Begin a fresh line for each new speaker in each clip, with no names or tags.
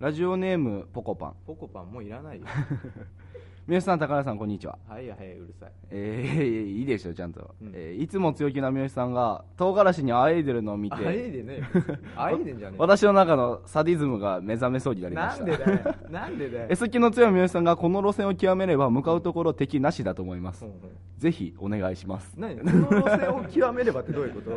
ラジオネームポコパン
ポコパンもうい らないよ
皆さん高田さんこんにちは
はいはいはいうるさい
えー、いいでしょちゃんと、
うん
えーいつも強気な三好さんが唐辛子にあえいでるのを見
あえい
て
でね えよあえいでんじゃねえよ
私の中のサディズムが目覚めそうになりま
な
し
ん
た
でだよなんでだよ
S 級の強い三好さんがこの路線を極めれば向かうところ敵なしだと思います、
うんうん
ぜひお願いします
何この路線を極めればってどういうこと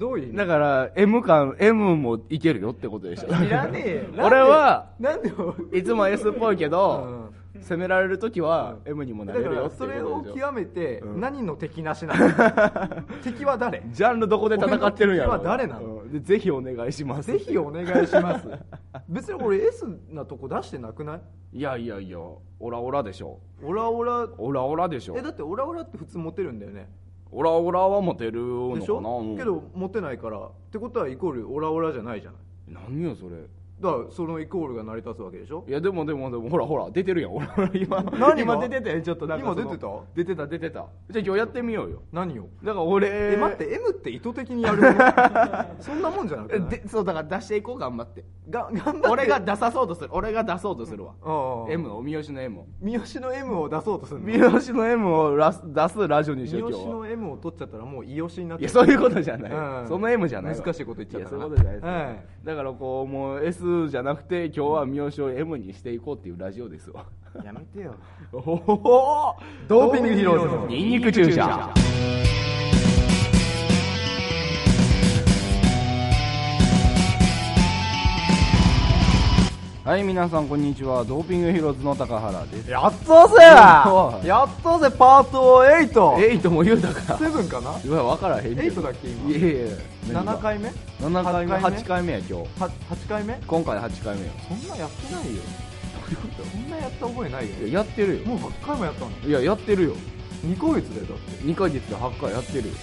どういう意味
だから M 感 M もいけるよってことでしょ
いらねえよなんで
俺は
なんでも
いつも S っぽいけど、攻められる時は M にもな
だ
れ
か
るよ
ら
って
そ
い
れ
う
を
ことでしょ
極めて何の敵なしな の敵は誰
ジャンルどこで戦ってるんやろ
俺の敵は誰なの
うんでぜひお願いします
ぜひお願いします別に俺 S なとこ出してなくない
いやいやいやオラオラでしょ
オラオラ
オラオラでしょ
えだってオラオラって普通モテるんだよね
オラオラはモテるの
でし
かなう
ょ
ん
けどモテないからってことはイコールオラオラじゃないじゃない
何よそれ
だからそのイコールが成り立つわけでしょ
いやでもでもでもほらほら出て るやんオラオラ今
何が
今出てたよちょっとなんかその
今出てた
出てた出てたじゃあ今日やってみようよ
何を
だから俺
え待って M って意図的にや るものそんなもんじゃなくない
でそうだから出していこう頑張って
が頑張って
俺が出さそうとする俺が出そうとするわ
ああ
M のお三好の M を
三好の M を出そうとする
三好の M をラス出すラジオにし
三
よう今
好
日は
の M を取っちゃったらもうイオシになっ
い
ちゃ
や
う
そういうことじゃない、
うん
その M じゃないわ
難しいこと言っちゃ
い
っ
や
た
そういうこ
な
とじゃないです、
は
だからこうもう S じゃなくて今日は三好を M にしていこうっていうラジオ ですわ
いやめてよ
おお
ドーピング披露の
ニンニク注射はい皆さんこんにちはドーピングヒローズの高原です
やっとうぜ
おう
やっとうぜパート8
エイトも言うたから
セブンかな
うわ分からへん
8だっけ
いや
今
いやいや
7回目
7回目
8
8回目や今日
は8回目
今回8回目よ
そんなやってないよそんなやった覚えないよ
いややってるよ
もう8回もやったの
いややってるよ
2ヶ月だよだって
2ヶ月で8回やってるよ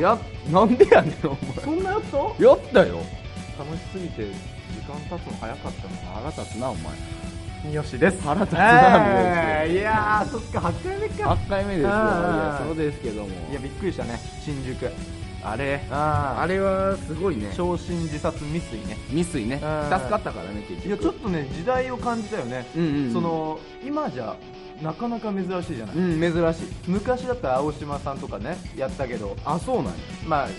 やった
や
か
なんでやねんお
そんなやった
前やったよ
楽しすぎて時間経つの早かったな
腹立つなお前
三好です
腹立つな
えーいやーそっか8回目か
8回目ですよい
あ
や
ー
そうですけども
いやびっくりしたね新宿
あれあ
あ
れはすごいね
あ焼身自殺未遂ね
未遂ね助
うん
かったからね結局
いやちょっとね時代を感じたよね、
うんうんうん
その今じゃなかなか珍しいじゃない、
うん珍しい
昔だったら青島さんとかねやったけど
あそうなんや
まあうん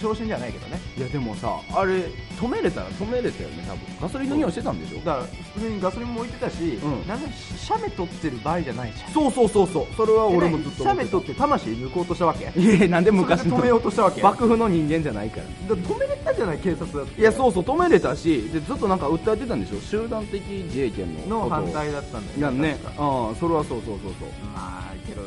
昇進じゃないけどね
いやでもさあれ止めれたら止めれたよね多分ガソリンの匂いしてたんでしょ
だから普通にガソリンも置いてたし、
うん
なんか写メ撮ってる場合じゃないじゃん
そうそうそうそうそれは俺もずっと
写
思
メ
って
撮って魂抜こうとしたわけ
たいやなんで昔
昔
の
止めようとしたわけ
幕府の人間じゃないから
だ止めれたじゃない警察だって
いやそうそう止めれたしでずっとなんか訴えてたんでしょ集団的自衛権の
の
ことを
反対だったんだよ
なんね
確か
うんそれはそうそうそうそう
まあけど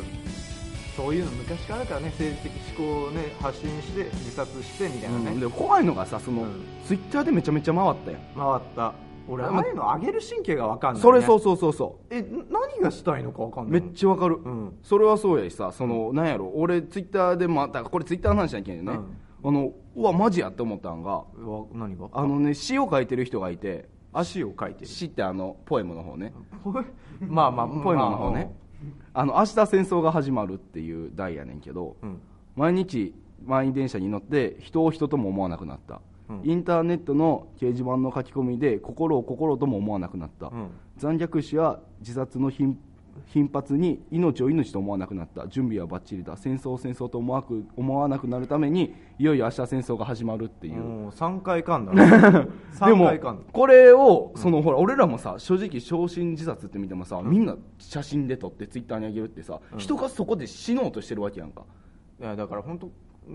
そういうの昔からだからね政治的思考をね発信して自殺してみたい
う
なね、
ん
回っ
で怖いのがさその、
うん
ツイッターでめちゃめちゃ回ったやん、
た俺
まあ
ああいうの上げる神経が分かんない、ね、
それそうそうそうそ
えな何がしたいのか分か
う
んな
め
い
っちゃわかる、
うん
それはそうやしさその、なんやろ俺ツイッターでまたこれツイッターの話やけんね、あのうわマジやって思ったんが
うわ何が
あのね詩を書いてる人がいて
足をかいてる
詩ってあのポエムの方ね
まあまあ
ポエムの方ね、あの明日戦争が始まるっていう題やねんけど、
うん
毎日満員電車に乗って人を人とも思わなくなった、
うん
インターネットの掲示板の書き込みで心を心とも思わなくなった、
うん
残虐死や自殺の頻頻発に命を命と思わなくなった準備はバッチリだ戦争を戦争と思わく思わなくなるためにいよいよ明日戦争が始まるっていう、
もう3回噛んだ ね
で
三
も
回噛んだ
これをその、ほら俺らもさ正直焼身自殺って見てもさ、みんな写真で撮ってツイッターにあげるってさ、人がそこで死のうとしてるわけやんか、
いやだから本当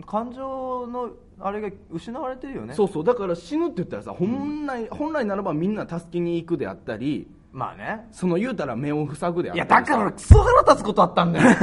感情のあれが失われてるよね
そうそうだから死ぬって言ったらさ本来,、本来ならばみんな助けに行くであったり
まあね
その言うたら目を塞ぐであっ
い
た
や
りさ
だからクソ腹立つことあったんだよ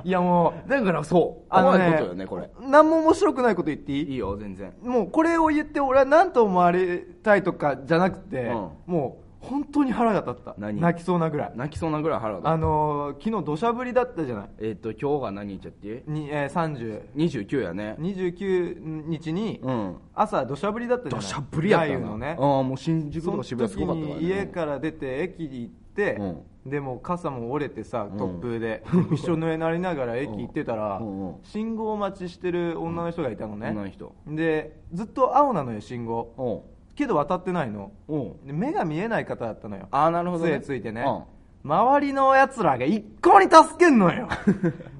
いやもう
だからそう怖いことよねこれ
何も面白くないこと言っていい
いいよ全然
もうこれを言って俺は何と思われたいとかじゃなくて、
うん
もう本当に腹が立った
何
泣きそうなぐらい
泣きそうなぐらい腹が
あ
立
のー昨日土砂降りだったじゃない
つえっ、と今日が何日やって
に、えー、
29やね
3029日に
うん
朝土砂降りだったじゃ
土
ない
砂降りやったな
雷雨のね
ああもう新宿
そ
と
の
か渋谷す
時
ごかったから、
に
ね、
家から出て駅に行って、でもう傘も折れてさ突 風で、一緒の上なりながら駅行ってたら、
うんうん
信号待ちしてる女の人がいたのね、
女の人
でずっと青なのよ信号
うん
けど渡ってないの
うん
で目が見えない方だったのよ
ああなるほどね
杖ついてね、
うん
周りのやつらが一向に助けんの よ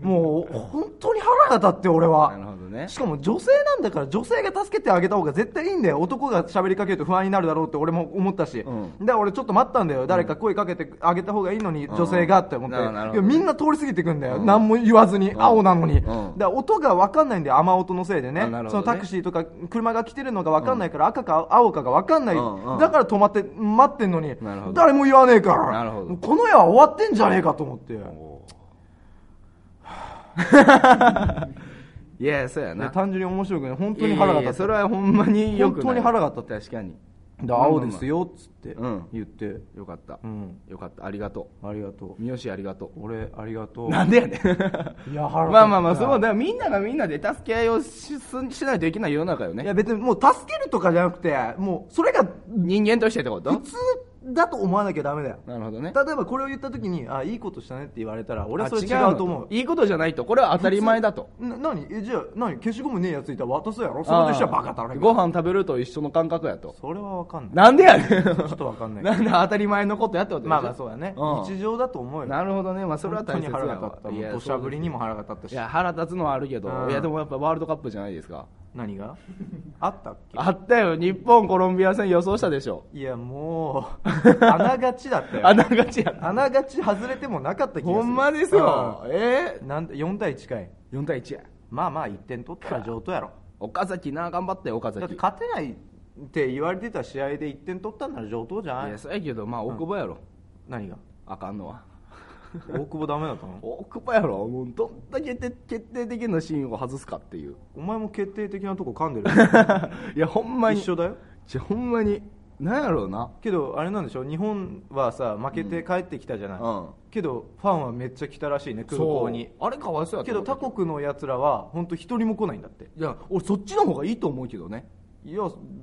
もう本当に腹が立って俺は
なるほどね
しかも女性なんだから女性が助けてあげた方が絶対いいんだよ男が喋りかけると不安になるだろうって俺も思ったし、
うん
だから俺ちょっと待ったんだよ誰か声かけてあげた方がいいのに
うん
女性がって思って、
ななるほ
い
ど
や
ね
みんな通り過ぎてくんだよ、
うん
何も言わずに、
ん
青なのに、
うん
だから音が分かんないんだよ雨音のせいでね
あなるほ
そ
ど
の
ね
タクシーとか車が来てるのが分かんないから、赤か青かが分かんない、
うんうん
だから止まって待ってんのに
なるほど
誰も言わねえから
なるほど
この世は終わってんじゃねえかと思って。
いやそうや
いや
な
単純に面白くない本当に腹が
いやいや
立
そ
っ
れはほんまによくない
本当に腹が立った
確かに
たで青ですよっつって
うん
言って、
よかった、
うん
よかったありがと
ありがと
う三好ありがと
う俺ありがと
う
う
なんでやねん
いや腹立った
まあまあまあそうだからみんながみんなで助け合いをしすしないといけない世の中よ
い
ね
や別にもう助けるとかじゃなくてもうそれが
人間としてってこと
普通だと思わなきゃダメだよ
なるほどね
例えばこれを言った時にあいいことしたねって言われたら俺はそれ違
あ
うと思う
いいことじゃないとこれは当たり前だと
な何えじゃあ何消しゴムねえやついたら渡すやろそれと一緒はバカだろ
ご飯食べると一緒の感覚やと
それは分かんない
なんでやねんちょ
ちょっと分かんない
なんで当たり前のことやってことでしょ
まあまあそうだね
ん
日常だと思うよ
なるほどねまあそれは大切
本当に
や
腹
わ
が立った
いや
もう土砂降りにも腹が立った
い
し
や腹立つのはあるけど、
うん
いやでもやっぱワールドカップじゃないですか
何があったっけ
あったよ日本コロンビア戦予想したでしょ
いやもうあながちだった
あ
よ
ながちやな
あながち外れてもなかった気がする
ほんまですよえ
うんなんで4対1かい
ー、4対1や
まあまあ1点取ったら上等やろ
岡崎な頑張ったよ岡
だっ
崎
て
い
勝てないって言われてた試合で1点取ったんなら上等じゃな
や
い
そうやけどまあ大久保やろ、
何が
あかんのは
大久保ダメだったの
大久保やろもうどんだけて決定的なシーンを外すかっていう
お前も決定的なとこ 噛んでる
いやほんまに
一緒だよ
じゃほんまになんやろうな
けどあれなんでしょ日本はさ負けて帰ってきたじゃない、
うん
けどファンはめっちゃ来たらしいね空港に
そうあれかわいそうやと
け
思
ど
う
他国のやつらは本当一人も来ないんだって
いや俺そっちの方がいいと思うけどね
いや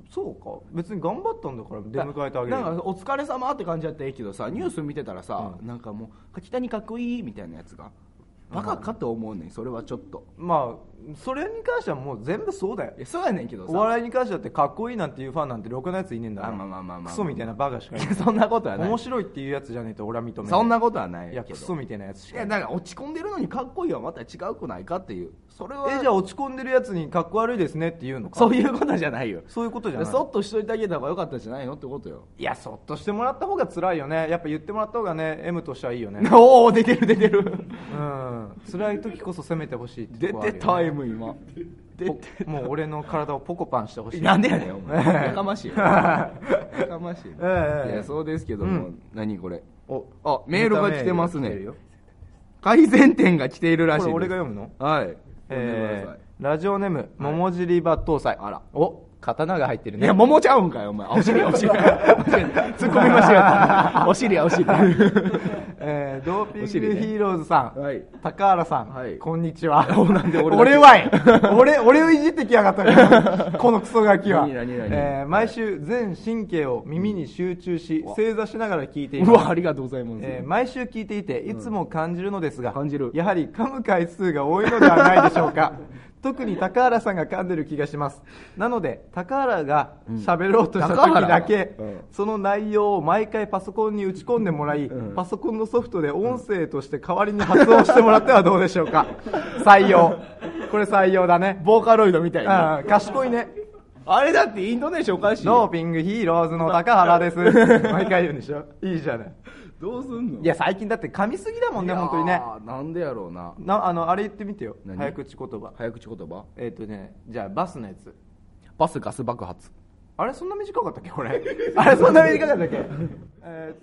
そうか別に頑張ったんだから出迎えてあげ
なん
る
かお疲れ様って感じだったらいいけどさニュース見てたらさ、
う
なんかもう北にかっこいいみたいなやつがバカかと思うねんそれはちょっと
まあそれに関してはもう全部そうだよ
いやそうやねんけどさ
お笑いに関してだってかっこいいなんていうファンなんてろくなやついねえんだから
あまあまあまあまあ
クソみたいなバカしかい
い
な
や
い
そんなことはない
面白いっていうやつじゃねえと俺は認めない
そんなことはない
いや
け
ク
ど
ソみたいなやつし
い
か
や
いない
なんか落ち込んでるのにかっこいいはまた違うくないかっていうそれは
えじゃあ落ち込んでるやつにかっこ悪いですねっていうのか
そういうことじゃないよ
そういうことじゃない
そっとしといてあげた方が良かったんじゃないのってことよ
いやそっとしてもらった方が辛いよねやっぱ言ってもらった方がね M としてはいいよね
おお出てる出てる
うん辛い時こそ攻めてほしいっ
出
てとこある
て
よね
た M 今出
ぽもう俺の体をポコパンしてほしい
なんでやねんお前 やかましいよ やかましいね、
ええ
いやそうですけども、
う
何これ
お
あメールが来てますね
メールよ
改善点が来ているらしい
こ
です
れ俺が読むの
はい、
え
ごめんなさ
ーラジオネーム桃尻抜刀斎
あら
お刀が入ってる
いいや
ね
桃ちゃうんかよお前あお尻お 尻突っ込みましょうよお尻お尻
えードーピ
お尻
ング
ね
ヒーローズさん、
はい
高原さん、
はい
こんにちは
お なんで俺だけ
俺 はい俺俺をいじってきやがったねこのクソガキは
何何何
えー毎週全神経を耳に集中し正座しながら聞いています
うわありがとうございます、
えー毎週聞いていていつも感じるのですが、
感じる
やはり噛む回数が多いのではないでしょう か特に高原さんが噛んでる気がしますなので高原が喋ろうとした
高原
時だけ、
うん
その内容を毎回パソコンに打ち込んでもらい、
うん
パソコンのソフトで音声として代わりに発音してもらってはどうでしょう か採用これ採用だね
ボーカロイドみたいな
うん賢いね
あれだってインドネシアおかしい
ドー
よ
ピングヒーローズの高原 です毎回言うんでしょいいじゃない
どうすんの
いや最近だって噛みすぎだもんね本当にね
あーなんでやろうな
なあのあれ言ってみてよ
何
早口言葉
早口言葉
えっ、とねじゃあバスのやつ
バスガス爆発
あれそんな短かったっけこれ あれそんな短かったっけ、え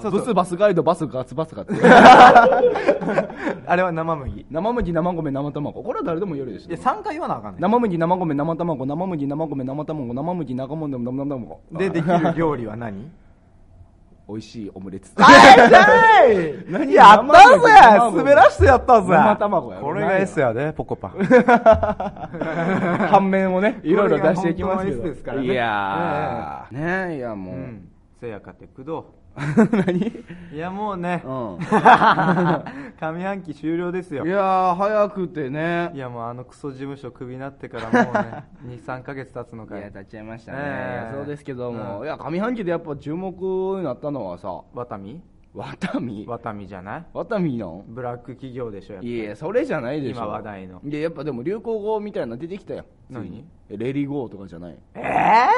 そうブスバスガイドバスガスバスガス
ーあれは生麦い
生麦生米生卵これは誰でも言えるでしょ
や3回言わなあかんね
生麦生米生卵生麦生米生卵生麦生米生卵
でできる料理は何
美味しいオムレツ
はい
何
やったぜ
生麦
滑 らしてやったぜ
生卵やろ
これが S やでポコパン
反面をねいろいろ出していきますけ
これが本当の S ですから
ど
ね
いやーねえいやも
う
うん
せやかて工藤
何
いやもう ね、
うん
上半期終了ですよ
いやー早くてね
いやもうあのクソ事務所クビになってからもうね 23か月経つの
い
か
や
い
経っちゃいましたね、
ええ
そうですけども、
うん
いや上半期でやっぱ注目になったのはさ
ワタミ
ワタミ
ワタミじゃない
ワタミなん
ブラック企業でしょやっぱ
いやそれじゃないでしょ
今話題の
いややっぱでも流行語みたいなの出てきたやん
何
ついにレリゴーとかじゃない
ええ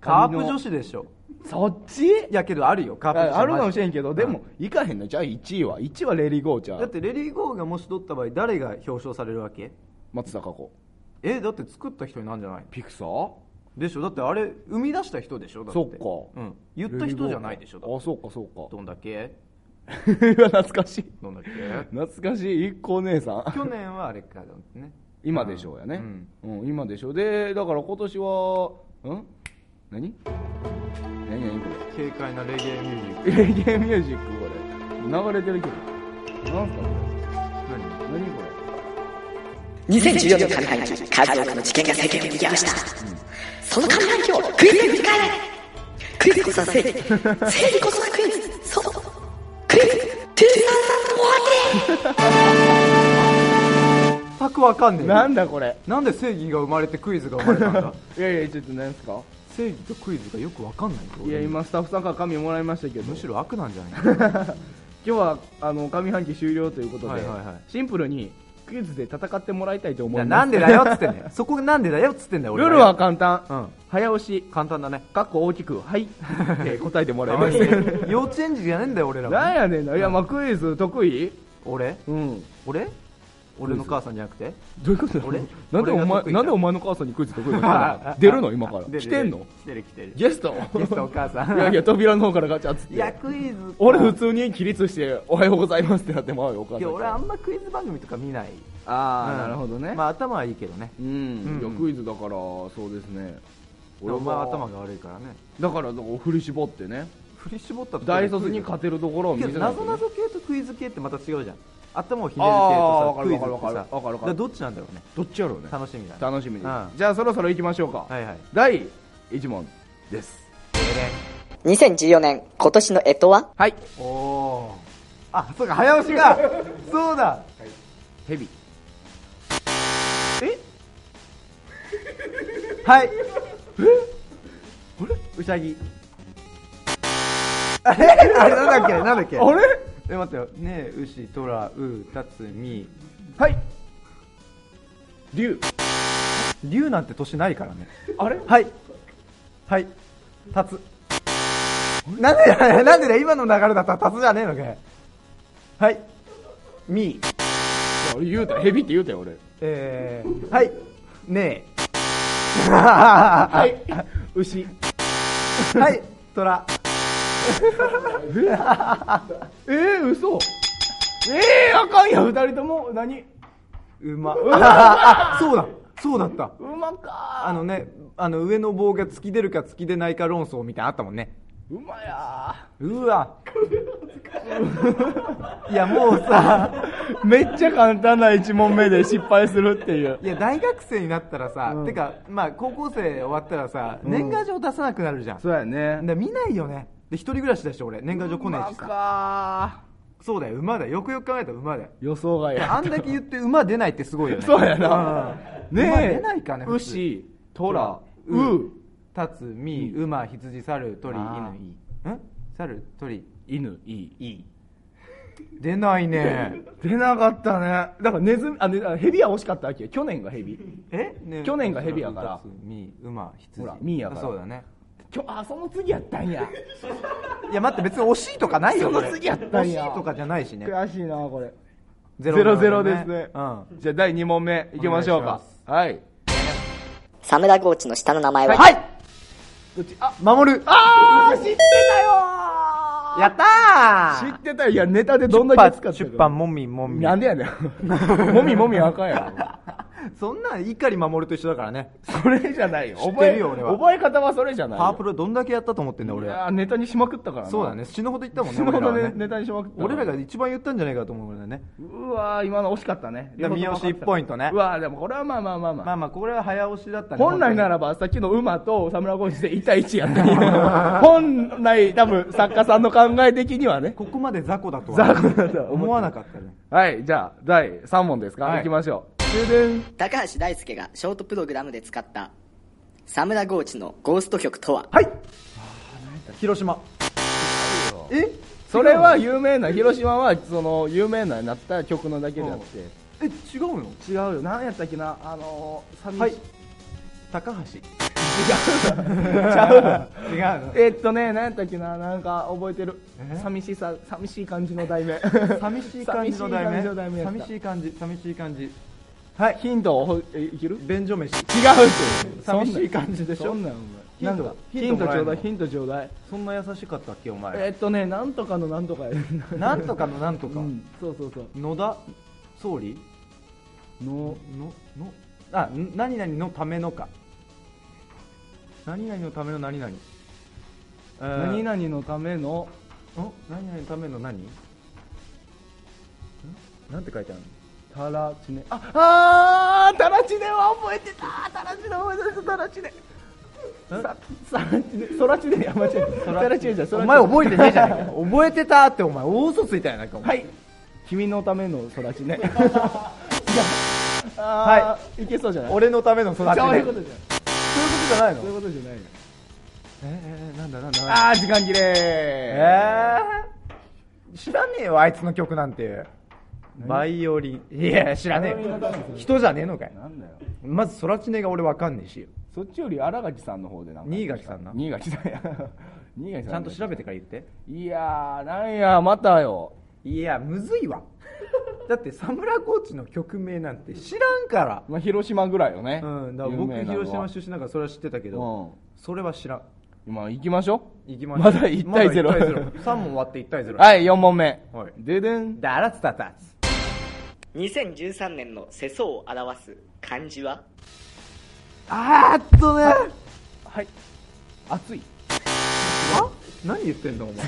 カー
紙
プ
の
女子でしょ
そっち
いやけどあるよカープ女子
ああるかもしれ
ん
んけどでもいかへんのじゃあ1位は1位はレリゴーちゃ
だっ
う
てレディー・ゴーがもし取った場合誰が表彰されるわけ
松坂子
えだって作った人になんじゃない
ピクサー
でしょだってあれ生み出した人でしょだって
そっか
うん、言った人じゃないでしょだっ
あそうかそう
てどんだけ
かうわ 懐かしい
どんだけ
懐かしい一個お姉さん
去年はあれかだね
今でしょうやね、
うん
うん今でしょうでだから今年はうん何何何こ
軽快なレゲエミュージック
れレゲエミュージックこれ流れてるけどなんすかこれ何こ
2014年上半期、数多くの事件が世間を賑わした。その上半期をクイズに振り返れクイズこそは正義、正義こそはクイズ、そう、クイズ、2014!
全くわかんねえ
れ
よ
なんだこれ
なんで正義が生まれてクイズが生まれたんだ
いやいやちょっと何すか
正義とクイズがよくわかんないぞ
いや今スタッフさんから紙もらいましたけど
む
むし
し
ろ
ろ悪なんじゃないか
今日はあの上半期終了ということで、
はいはいはい
シンプルにクイズで戦ってもらいたいと思
い
いま
や
す
なんでだよっつってんだよ そこなんでだよっつってんだよ俺
ルールは簡単、
うん
早押し
簡単だね
かっこ大きく「 はい」って答えてもらい
あ
ます
幼稚園児じゃねえんだよ俺ら
なん
は
やねんないやまあクイズ得意
俺
うん
俺俺の母さんじゃなくて
どういうことなの
俺
なんでお
俺が
前
得意だ
なんでお前の母さんにクイズ得意な の出るの今から
出る
来てんの
出る来てる
ゲスト
ゲストお 母さん
いやいや扉の方からガチャッつっ
いや
て
クイズ
俺普通に起立して「おはようございます」ってなってまうよお母さ
い
ん
や俺あんまクイズ番組とか見ない
あ
うん
あなるほどね
まあ頭はいいけどね
う
うんん
いやクイズだからそうですね
俺は頭
が
が悪いからね
だからだから振り絞ってね
振り絞ったところで
大卒に勝てるところを見
け
せ
ど
ない
謎
と
な
ね
ぞ系とクイズ系ってまた違うじゃん頭をひね
あー
る系とさクイズ
わ
って
か
さ
るわかるわかるわかる
だらどっちなんだろうね
どっちやろうね
楽しみだね
楽しみに
うん
じゃあそろそろ行きましょうか
はいはい
第1問です
2014年、今年の干支は
はい
おおあそうか早押しがそうだ
ヘビ
えはい
ウサギ
あれあれなんだっけなんだっけ
あれ
え待ってよねえ牛トラウタツミ
はい竜
竜なんて年ないからね
あれ
はいはいタツなんでだなんでだ今の流れだったらタツじゃねえのかいはいミー
俺言うたヘビって言うたよ俺
えー、はいねえは
はい牛
いトラ
えー、嘘えー、あかんや二人とも何
馬あ そうだそうだった
うまか
あのねあの上の棒が突き出るか突き出ないか論争みたいなのあったもんね
ーうまや
うわいやもうさ
ーめっちゃ簡単な1問目で失敗するっていう
いや大学生になったらさ、てかまあ高校生終わったらさ、年賀状出さなくなるじゃん
そうやね
で見ないよねで一人暮らしだし俺年賀状来ないしさ
か
そうだよ馬だよよくよく考えたら馬だよ
予想外や
あんだけ言って馬出ないってすごいよね
そうやな
うん
ねえ
馬出ないかね普通
牛トラ
う
ウ
タツミ馬羊猿鳥
あー
犬いん猿鳥
犬いい
出な いね
出なかったねだからネズミあ、ね、あヘビは惜しかったわけ去年が ヘビ
え、ね
去年が蛇やから
タツミ馬羊
ほらミやから
そうだね
きょあその次やったんや
いや待って別に惜しいとかないよこ
そ
れ
の次やったんや
惜しいとかじゃないしね
悔しいなこれ
ゼ
ゼロゼロ
だ
ですね、
うん
じゃあ第2問目いきましょうかはい
サムラゴーチの下の名前は
はいどっちあ
守る
あー知って
やった
た
ー
よ知ってたよいやネタでどんだけ使って
出
る
版もみんもみん
なんでやね んもみもみあかんや
そんなん碇守と一緒だからね
ろそれじゃないよ
知ってるよ俺は
覚え覚え方はそれじゃないよ
パワープロどんだけやったと思ってんだ
い
俺は
やーネタにしまくったからな
そうだね死ぬほど言ったもん ね
死ぬほど
俺ら
ね
は
ネタにしまくった
俺らが一番言ったんじゃないかと思うんだよね
うわー今の惜しかったね
だから三好1ポイントね
うわーでもこれはまあまあまあまあ、
まあまあこれは早押しだったね
本来ならばさっきの馬とサムラゴイチで1対1やったんや本ない多分作家さんの考え的にはね
ここまで雑魚だと
雑
は
魚だとは
思わなかったね
はいじゃあ第3問ですか、
はい
い、きましょ
高橋大輔がショートプログラムで使ったサムラゴーチのゴースト曲とは
はい広島え
うそれは有名な広島はその有名なになった曲のだけであって、
え違うの
違うよ何やったっけなあのー、寂し
はい高橋 違う
ちゃ
の違うの
えーっとね何やったっけななんか覚えてる
え
寂しさ寂しい感じの題 名
寂しい感じの題
寂しい感じの題名
名
やっ
寂
た
しい感じ寂しい感じはい
ヒントをほえいける
便所飯
違うって
寂しい感じでしょ
そんなんお前
ヒント
なんかヒ
ヒ
ン
ン
ト
ト
ちょうだい
もらえんの
ヒントちょうだい
そんな優しかったっけお
えー
前
っとねなんとかのなんとかやる
なんとかのなんと
う
か
んそうそうそう
野田総理
の
ののあん何々のためのか何々のための何々えー
何々のための
ん何々のための何んなんて書いてあるの
タラチネああータラチネは覚えてたタラチネ覚えてたタラチネささらちね、そらちね、や、間違えた。そらちねじゃん、そらち
お
ね
前覚えてねえじゃねえか 覚えてたってお前大嘘ついたやないかお前
はい。君のためのそらち ね。
は
はい。いけそうじゃない
俺のための育ちだ
そういうこ
そういうこと
じゃん。
とじゃない
そういう
の
ことじゃないよ。
えー、なんだなんだなんだ
あー、時間切れ
えー、知らねえよあいつの曲なんてバイオリンいや知らねえよ人じゃねえのかい
なんだよ。
まず空知ねが俺わかんねえし
そっちより荒垣さんの方でなんか。
新垣さんな
新垣さん や。新垣さん。
ちゃんと調べてから言って
いやー、なんや、またよ。
いやむずいわ だってサムラコーチの曲名なんて知らんから
まあ、広島ぐらいよね。
うんだから
有
僕
名なのは
広島出身だからそれは知ってたけど、それは知らん
まあ、行きましょう。
行きましょう
だ1対0。
まだ1対0 3問終わって1対0
はい、4問目。
はい
ででん。
だらつたたつ
2013年の世相を表す漢字は
あーっとね
はい。熱い。
あ何言ってんのお前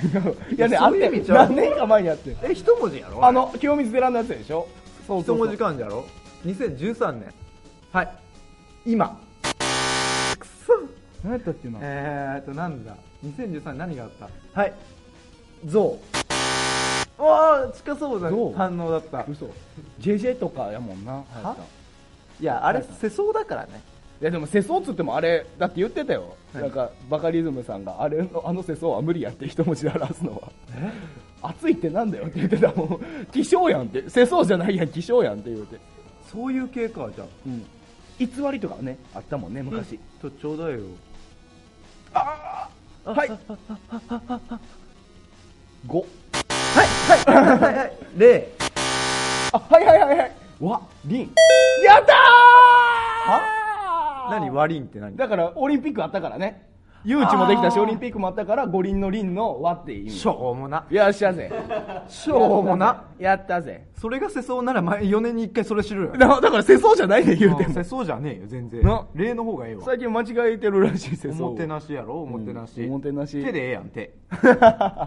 いやね、あ
そう
っ
いう
て
意味ちゃう
何年か前にやってる
え一文字やろ
あの、清水寺のやつでしょそう
一
そうそう
文字間じゃろ2013年はい今くそ
何やったっけな
えーっとなんだ2013年何があったはい象ああ近そうだ
象
反応だった
嘘。ジェジェとかやもんな。流行った
いやあれ世相だからね
いやでも世相っつってもあれ、だって言ってたよ。
はい
なんか、バカリズムさんが、あれの、あの世相は無理やって一文字で表すのは。熱いってなんだよって言ってたもん。気象やんって。世相じゃないやん、気象やんって言うて。
そういう系かじゃあ
うん。偽りとかね、あったもんね、昔。
とちょうだいよ
はい。5。
はいはい例
あ、はいはいはいはい。
わ
リン。やったー
何和輪って何
だからオリンピックあったからね誘致もできたしオリンピックもあったから五輪の輪の輪っていう意味
しょうもな
よっしゃぜ
しょうもな
やったぜ
それが世相なら前4年に1回それ知るよ
だだから世相じゃないね言うて
世
も
相じゃねえよ全然
な
例の方がええわ
最近間違えてるらしい世
お
相
もてな
し
しやろおもてなし、
うんおもてなし
手でええやん手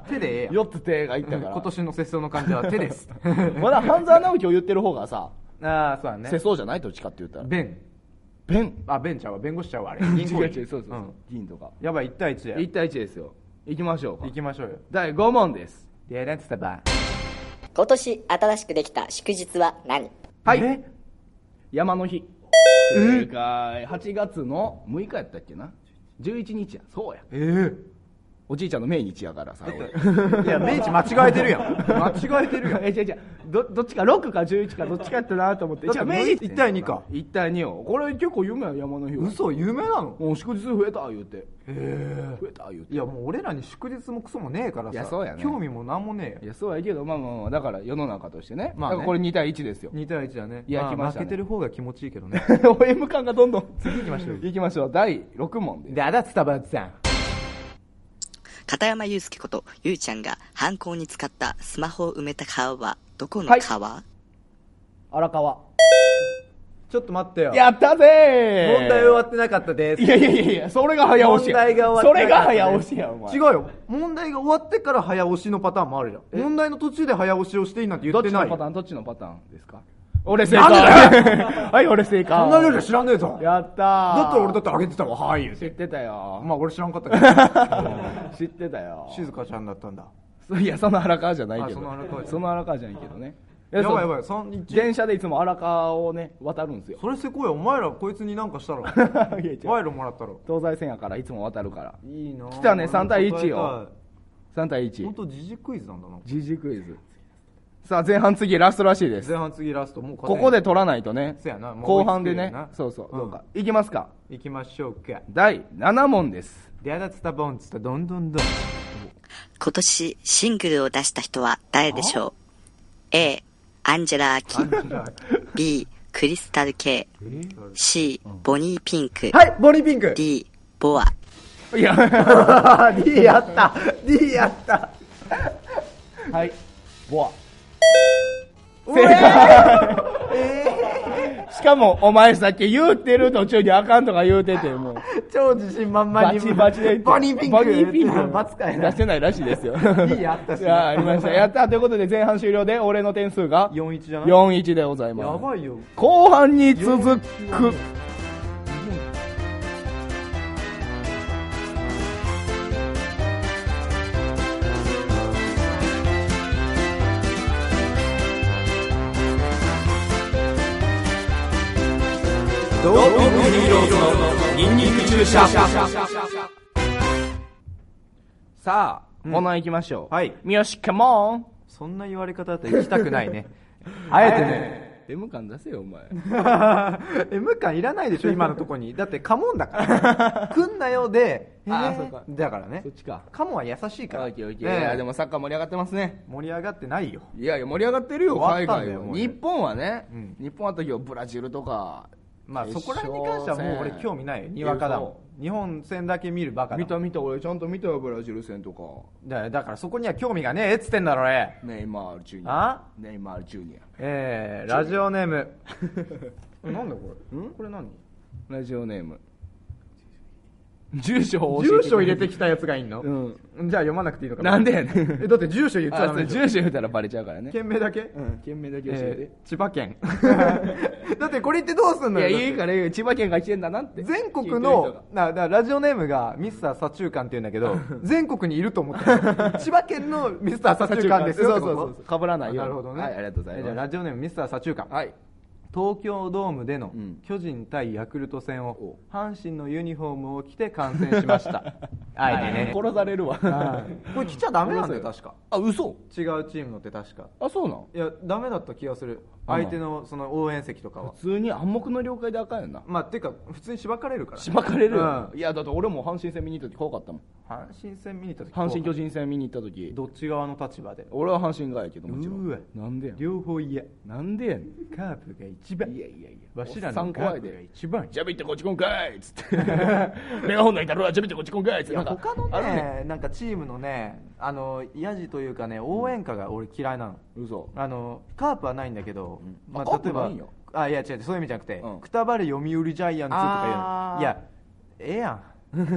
手でえ えやん
4つ手がいったから
今年の世相の感じは手です
まだ半沢直樹を言ってる方がさ
ああそうだね
世相じゃないどっちかって言ったら
弁
ペン
あ弁ちゃうわ弁護士ちゃうわあ れ
違う
銀行員
違うそうそうそう
うん
銀とか
やばい1対1や
1対1ですよ行きましょうか
行きましょうよ
第5問です
でレッツタバ
今年新しくできた祝日は何
はい
え
山の日正解8月の6日やったっけな11日やそうや
えー
おじいちゃんの命日やからさ俺
い や、明治間違えてるやん。間違えてるやん。
え違う違うどどっちか6か11かどっちかやったなと思って
だって
じゃあ明治
一対二か
1対2よこれ結構有名や山の日は
嘘、有名なの
もう祝日増えた言うて
え
増えた言うて
いや、もう俺らに祝日もクソもねえからさ。
いやそうやね
興味もなんもねえ
い
よ。
やそうやけどまあまあまあだから世の中としてね,、
まあ
だ
ね
からこれ2対1ですよ
2対1だね。
いや来ましたね。
負けてる方が気持ちいいけどね
OM 感がどんどん
次行きましょう
行きましょう第6問です
だだつたばつさん。
片山祐介ことゆうちゃんが犯行に使ったスマホを埋めた川はどこの
はい
川、
荒川
ちょっと待ってよ。
やったぜー
問題終わってなかったです。
いやいやいやいや、それが早押し
問
や。
題が終
そ
わって
れ
なか
が
ったね
早押しや、お前。
違うよ。問題が終わってから早押しのパターンもあるじゃん。問題の途中で早押しをしていいなんて言
ど
っ
ってち
な
の
い
パタ
よ。
ーン、どっちのパターンですか俺正
なん
解 はい俺正解
そんなルール知らねえぞ。
やったー
だったら俺だってあげてたわ、はい。
知ってたよ
まあ俺知らんかったけど。
知ってたよ
静香ちゃんだったんだ。
いやその荒川じゃないけど
あその荒川じゃない
その荒川じゃないけどね
やばいや
そう
ばい、三一。
電車でいつも荒川をね渡るんですよ
それせこい、お前らこいつになんかした ら。
いや違う
賄賂もらったろ。
東西線やからいつも渡るから
いいな
来たね3対1よ。3対
本
1
当時事クイズなんだな。
時事クイズさあ前半次ラストらしいです
前半次ラスト、もう勝
こ
てん
こで取らないとね
せやなもう
後半でね
追いつけるよな
そうそう
うん
どうかいきますか
行きましょうか。
第7問です
であだつたぼんつたどんどんどん。
今年シングルを出した人は誰でしょう ?A、アンジェラ・アキ。B、クリスタル・ケイ。C、ボニー・ピンク。
はい、ボニーピン ク。
D、ボア。
いや
D やった。D やった。
はいボ
正解。
アしかもお前さっき言うてる途中にあかんとか言うててもう
超自信満々
バ
に。
チバチで言って
ボニーピンク。
ボニーピンク
バツかい
出
な
し。てないらしいですよ
いいやったし
いやありましたやったということで前半終了で俺の点数が
4-1じゃない
4-1でございます
やばいよ。
後半に続く
ドーピングヒーローズのニンニク注射。
さあ
うん
コーナー行きましょう
はい
三好カモン
そんな言われ方だったら行きたくない ね。あえてね。
M 感出せよお前
M 感いらないで しょ、今のとこに。だって、カモンだから。 来んなよで、え
あ
ー
そうか
だからね
そっ。ちか
カモンは優しいから。
オッケーオッケー
ねえ
いやでもサッカー盛り上がってますね
盛り上がってないよ。
いやいや盛り上がってるよ
終わ
海
ったんだ
外
よ
は
もうね
日本はね
うん
日本は時はブラジルとか
まあ、
決
そこら
勝
辺に関してはもう俺
戦
興味ない。にわかだもん。日本戦だけ見るバカだ
見
も
た
ん
見た俺ちゃんと見たよブラジル戦とか
だだからそこには興味がねえっつってんだろ、俺。
ネイマールジュニア
あ
ネイマールジュニ
えー、ラジオネー ム。なんだこれ。んこれ何
アラジオネーム住所を教え
住
て
所入れてきたやつがいんの、じゃあ読まなくていいのかな
なんでや ねん
えだって住所言っちゃ
あそ
ダ
う
メでしょ
住所言うたらバレちゃうからね
県名だけ、
うん県名だけ教え
えー千葉県 だってこれ言ってどうす
て
んのよ
いやいいからいいよ千葉県が来てんだなって
全国
聞いてる人が
のなだラジオネームがミスター左中間って言うんだけど全国にいると思って る千葉県のミスター左中間ですよ
そうそうそうそう被らないよう
な
に
るほどね、
はいありがとうございます
じゃあラジオネームミスター左中間、
はい
東京ドームでの
うん
巨人対ヤクルト戦を阪神のユニフォームを着て観戦しました あいね
殺されるわ
はいこれ来ちゃダメなんだよ確か
あ嘘
違うチームのって確か
あそうなん
いやダメだった気がする
あ
相手のその応援席とかは
普通に暗黙の了解であかんよな
まあていうか普通にしばかれるから
しばかれるよ、
うん
いやだって俺も阪神戦見に行った時怖かったもん
阪神戦見に行った時
阪神巨人戦見に行った時
どっち側の立場で
俺は阪神側やけどもちろ
うわ
んなんでやん
両方嫌
なんでやねん
カープが一番
いやいやいや
わしら
おっさ
の
ん
カ
怖
ー
い
プ
で
が一番
ジャビってこっちこんかいっつ って。メガホンのいたろ、ジャビってこっちこんかいっつっ
い
て。
や
なんか
他の
ある
ねなんかチームのねあのヤジというかね応援歌が俺嫌いなの
嘘。
あのカープはないんだけど、
うん
ま
あカ
あ
ー、プ
例えば
ないよ
あいや違うそういう意味じゃなくて、
うん
くたばる読売ジャイアンツとか
あー
言うのいやええやん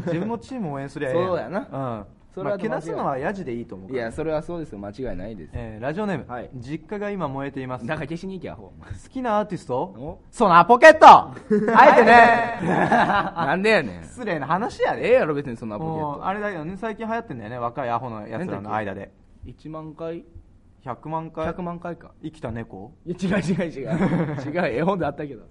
自分のチーム応援すりゃええやん
そうやな
うん
それ
それ
は
はけなすのはヤジでいいと思う
い
から
や、それはそうですよ。間違いないです。
えーラジオネーム、
はい
実家が今燃えています
なんか消しに行きゃ、ほ
好きなアーティスト
お
そのアポケ ットあえてね
なんでやねん。
失礼な話や
ええ
で
やろ、別にそんなポケ
もう
ッ
あれだよね最近流行ってんだよね若いアホのやつらの間で
ト。1万回
100万回
?100 万回か。
生きた猫
いや、違う違う違う。違う、絵本であったけど。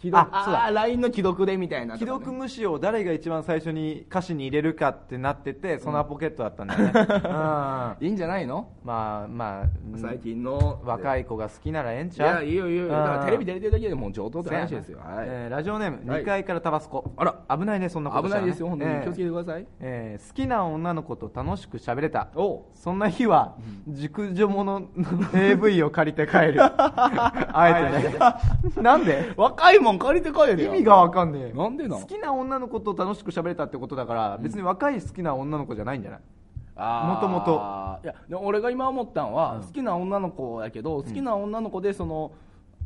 既
あ
読。
そうだ
あー、LINE の既読でみたいなとか
既
ね。
読無視を誰が一番最初に歌詞に入れるかってなっててそのアポケットだったんだよ ね、うん、ま
いいんじゃないの
あまあうん
最近の。
若
い。
い子が好きならええん
い
ちゃ
や、
う
い
い
いよいいよ。だからテレビ出れてるだけでもう上等って話ですよ。はい。
えーラジオネーム
はい
2階からタバスコ、
あら
ら危ないねそんなこと
危
した
な
ら
い
ね
ですよ、本当に。気をつけ
えー
てください。
えー好きな女の子と楽しく喋れた
おう
そんな日は熟女も のの AV を借りて帰 るあえてねなんで
若いもん借りて帰る
意
やん
味がわかんねえ
なんでなん
好きな女の子と楽しく喋れたってことだから別に若い好きな女の子じゃないんじゃない
も
もともと
いやでも俺が今思ったんは、好きな女の子やけど好きな女の子でその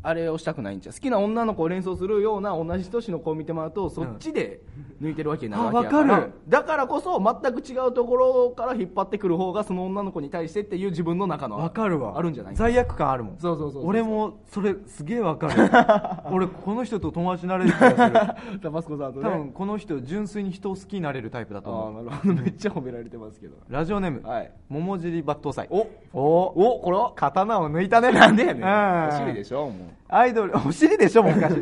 あれをしたくないんじゃう好きな女の子を連想するような同じ年の子を見てもらうとそっちで抜いてるわけになるわけやから、
あわかる
だからこそ全く違うところから引っ張ってくる方がその女の子に対してっていう自分の中の
わかるわ
あるんじゃない
罪悪感あるもん
そうそうそうそう
俺もそれすげえわか る俺この人と友達になれる気 が
タバスコさんと
す
ね
る多分この人純粋に人を好きになれるタイプだと
ああ
思う
なるほどめっちゃ褒められてますけど
ラジオネーム、
はい
桃尻抜刀斎
お
おおこれは刀を抜いたねなんでやね
お尻でしょも
アイドル、お尻でしょ、もうおか しい。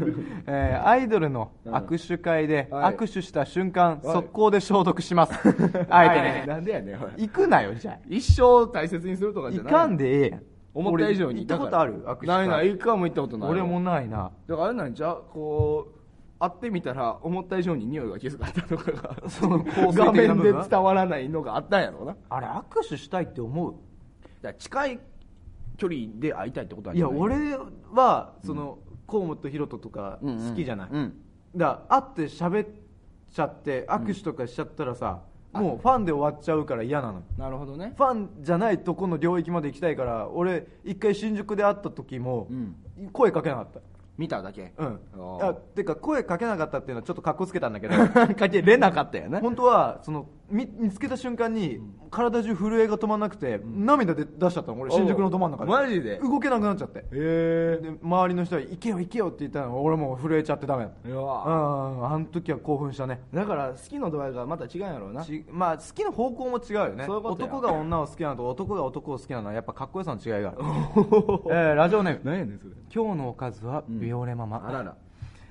えーアイドルの
ん
握手会で、
はい
握手した瞬
は
間、
い
速攻で消毒し ます。
う
あえて
は
ね
い。なんでやねんおい
行くなよ、じゃ
一生大切にするとか
あ。
じ
行
ゃない
かんでええやん。
思った以上に
俺行ったことある握手会。
ないない一回も行ったことない
俺もないな。
だからあれなんじゃこう会ってみたら思った以上に匂いが気づかれたとかが
その香水的な
画面で
部分
伝わらないのがあったんやろうなだか
あれ、握手したいって思う
ら近い距離で会いたいってことはい
や、俺は、その、河本大翔とか好きじゃない。
うん
だから会って喋っちゃって、握手とかしちゃったらさ、もうファンで終わっちゃうから嫌なの。
なるほどね
ファンじゃないとこの領域まで行きたいから俺一回新宿で会った時も
うん
声かけなかった
見ただけ
うん
あ
あ
ー
てか声かけなかったっていうのはちょっとかっこつけたんだ けど
かけれなかったよね
本当はその見見つけた瞬間に体中震えが止まんなくて涙で出しちゃったの俺新宿のど真ん中で
おうマジで
動けなくなっちゃって
え
で周りの人は行けよ行けよって言ったの俺もう震えちゃってダメだった
う
う
わ
んあの時は興奮したね
だから好きの度合いがまた違うんやろう な
ちまあ好きな方向も違うよね
そういうことや
男が女を好きなのと男が男を好きなのはやっぱかっこよさの違いがある、えーラジオネーム
何やねんそれ
今日のおかずはビオレママ、
あらら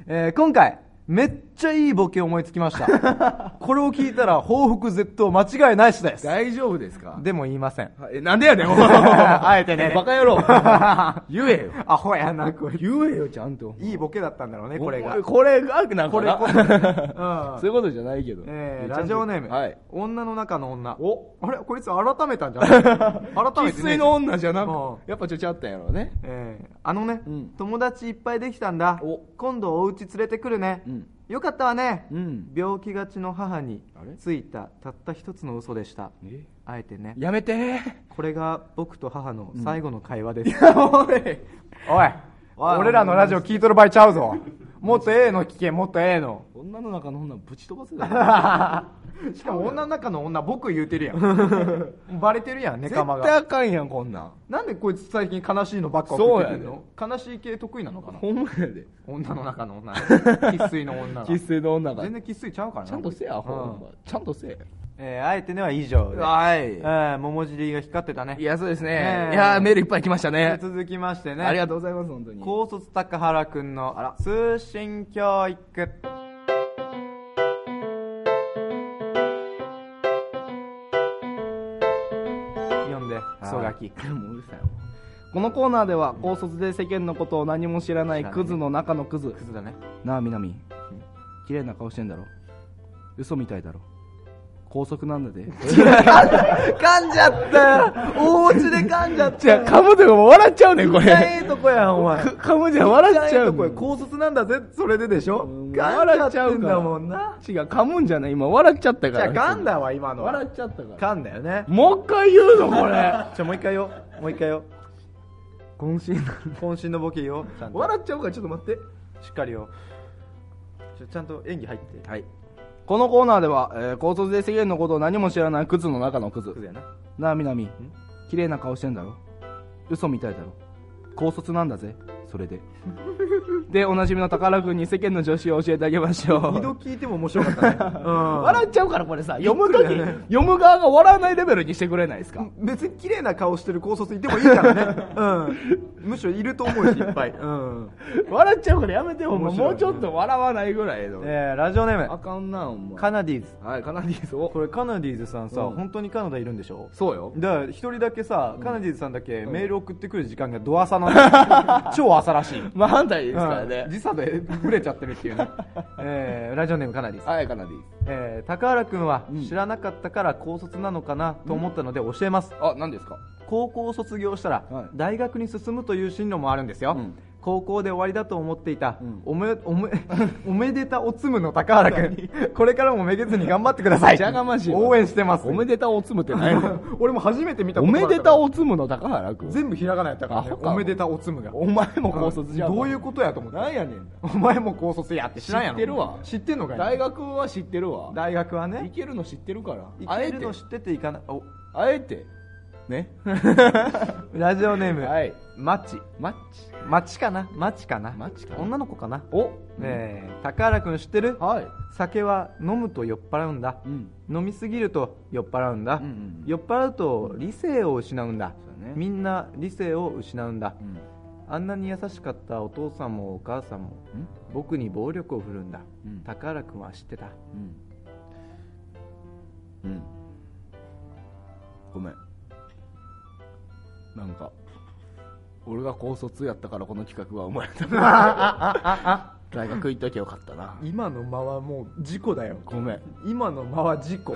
えー今回めっちゃいいボケ思いつきました これを聞いたら報復絶倒間違いなしです
大丈夫ですか
でも言いません
えなんでやねん
あえてね
バカ野郎 言えよ
アホやなこい
言えよちゃんと
いいボケだったんだろうねこれが
これがなんかな
これ こ
そういうことじゃないけど、
えーラジオネーム、
はい
女の中の女
お
あれこいつ改めたんじゃ ない改
生
めてね
粋
えじゃん
の女じゃなく
うん
やっぱちょちゃったんやろうね
えーあのね、
うん
友達いっぱいできたんだ
お
今度お家連れてくるね、
うん
よかったわね、
うん
病気がちの母に
あれ
ついたたった一つの嘘でした
え
あえてね
やめて
これが僕と母の最後の会話です、
おい
おい俺らのラジオ聞いとる場合ちゃうぞもっとええの聞けもっとええの
女の中の女ぶち飛ばせだ
し
よ
かも女の中の女僕言うてるやん バレてるやんネ
絶
カマ
対
が
あかんやんこんなん
なんでこいつ最近悲しいのばっか送ってくる
そう
の悲しい系得意なのかな
ほんまやで
女の中の 女生粋の女が
生粋の女が
全然生粋ちゃうからな
ちゃんとせえアホ、
うん
ほんまちゃんとせ
えーあえてねは以上
え
でえ
は
ー桃尻が光ってたね
いやそうですね、
ねえ
いやメールいっぱい来ました
で
ね
続きましてね
ありがとうございます本当に
高卒高原くんの通信教育読んでクソガキ
もううるさいわこのコーナーでは高卒で世間のことを何も知らないクズの中のクズ
クズだね
なあ南綺麗な顔してんだろ嘘みたいだろ高速なん だで
噛んじゃったよお家で噛んじゃっ
じゃあ噛むとかも笑っちゃうねんこれ
ええとこやんお前
噛むじゃ笑っちゃうねん
これ高卒なんだぜそれででしょ
うん
噛んじゃってんだもん
笑
な
違う噛むんじゃない今笑っちゃった
じ
か
ゃあ
ら
噛んだわ今の
笑
は
っちゃったから
噛んだよね
もう一回言うのこれ
じゃあもう一回よもう一回よ
渾身
渾身のボケよちゃんと
笑っちゃうからちょっと待って
しっかりよちょちゃんと演技入って
はいこのコーナーでは、えー高卒で世間のことを何も知らないクズの中のクズ
クズやな
なあ南綺麗な顔してんだろ嘘みたいだろ高卒なんだぜそれ ででおなじみの宝くんに世間の女子を教えてあげましょう
二度聞いても面白かったね
笑っちゃうからこれさ読む
びっ
時、
くりだね
読む側が笑わないレベルにしてくれないですか、
うん別に綺麗な顔してる高卒いてもいいからねうんむしろいると思うしいっぱ いうん
笑っちゃうからやめてほんま
面白い
もうちょっと笑わないぐらいの、
えーラジオネー
あ
ム
かんなお前
カナディーズ
はいカナディーズを
これカナディーズさんさ
うん
本当にカナダいるんでしょ
そうよ
だから一人だけさカナディーズさんだけメール送ってくる時間がド朝なん だよ超朝らしい
真反対ですからね、
うん時差でブレちゃってるっていうねえーラジオネームカナディー ズ
はいカナディーズ
えー高原君は知らなかったから高卒なのかなと思ったので教えます、
あ何ですか
高校を卒業したら
はい
大学に進むという進路もあるんですよ、
うん
高校で終わりだと思っていた、
うん
おめおめ おめでたおつむの高原君これからもめげずに頑張ってください
じゃがましいわ
応援してます
おめでたおつむって何やねん
俺も初めて見 た
お
言葉だ
め
った
で
から
たおつむの高原君
全部ひらがなやったから、ね
アホ、か
おめでたおつむが
お前も高卒じゃん、
どういうことやと思って
なんやねん
お前も高卒やって知らんや
知っ
ろ
てるわ
知ってんのかい
大学は知ってるわ
大学は
行
ね
けるの知ってるから
行
あ
け
え
る
て
の知ってていかないお
あえてね
ラジオネーム、
はい
マッチ
マッチ
マッチかなマッチかな
マッチかな
女の子かな
お
えー、高原君知ってる
はい
酒は飲むと酔っ払うんだ、
うん
飲みすぎると酔っ払うんだ、
うんうんうん
酔っ払うと理性を失うんだ
そうだね
みんな理性を失うんだ、
うん
あんなに優しかったお父さんもお母さんも
うん
僕に暴力を振るんだ、
うん
高原君は知ってた
うんうんごめんなんか俺が高卒やったからこの企画は生まれた大学行っときゃよかったな
今の間はもう事故だよ
ごめん
今の間は事 故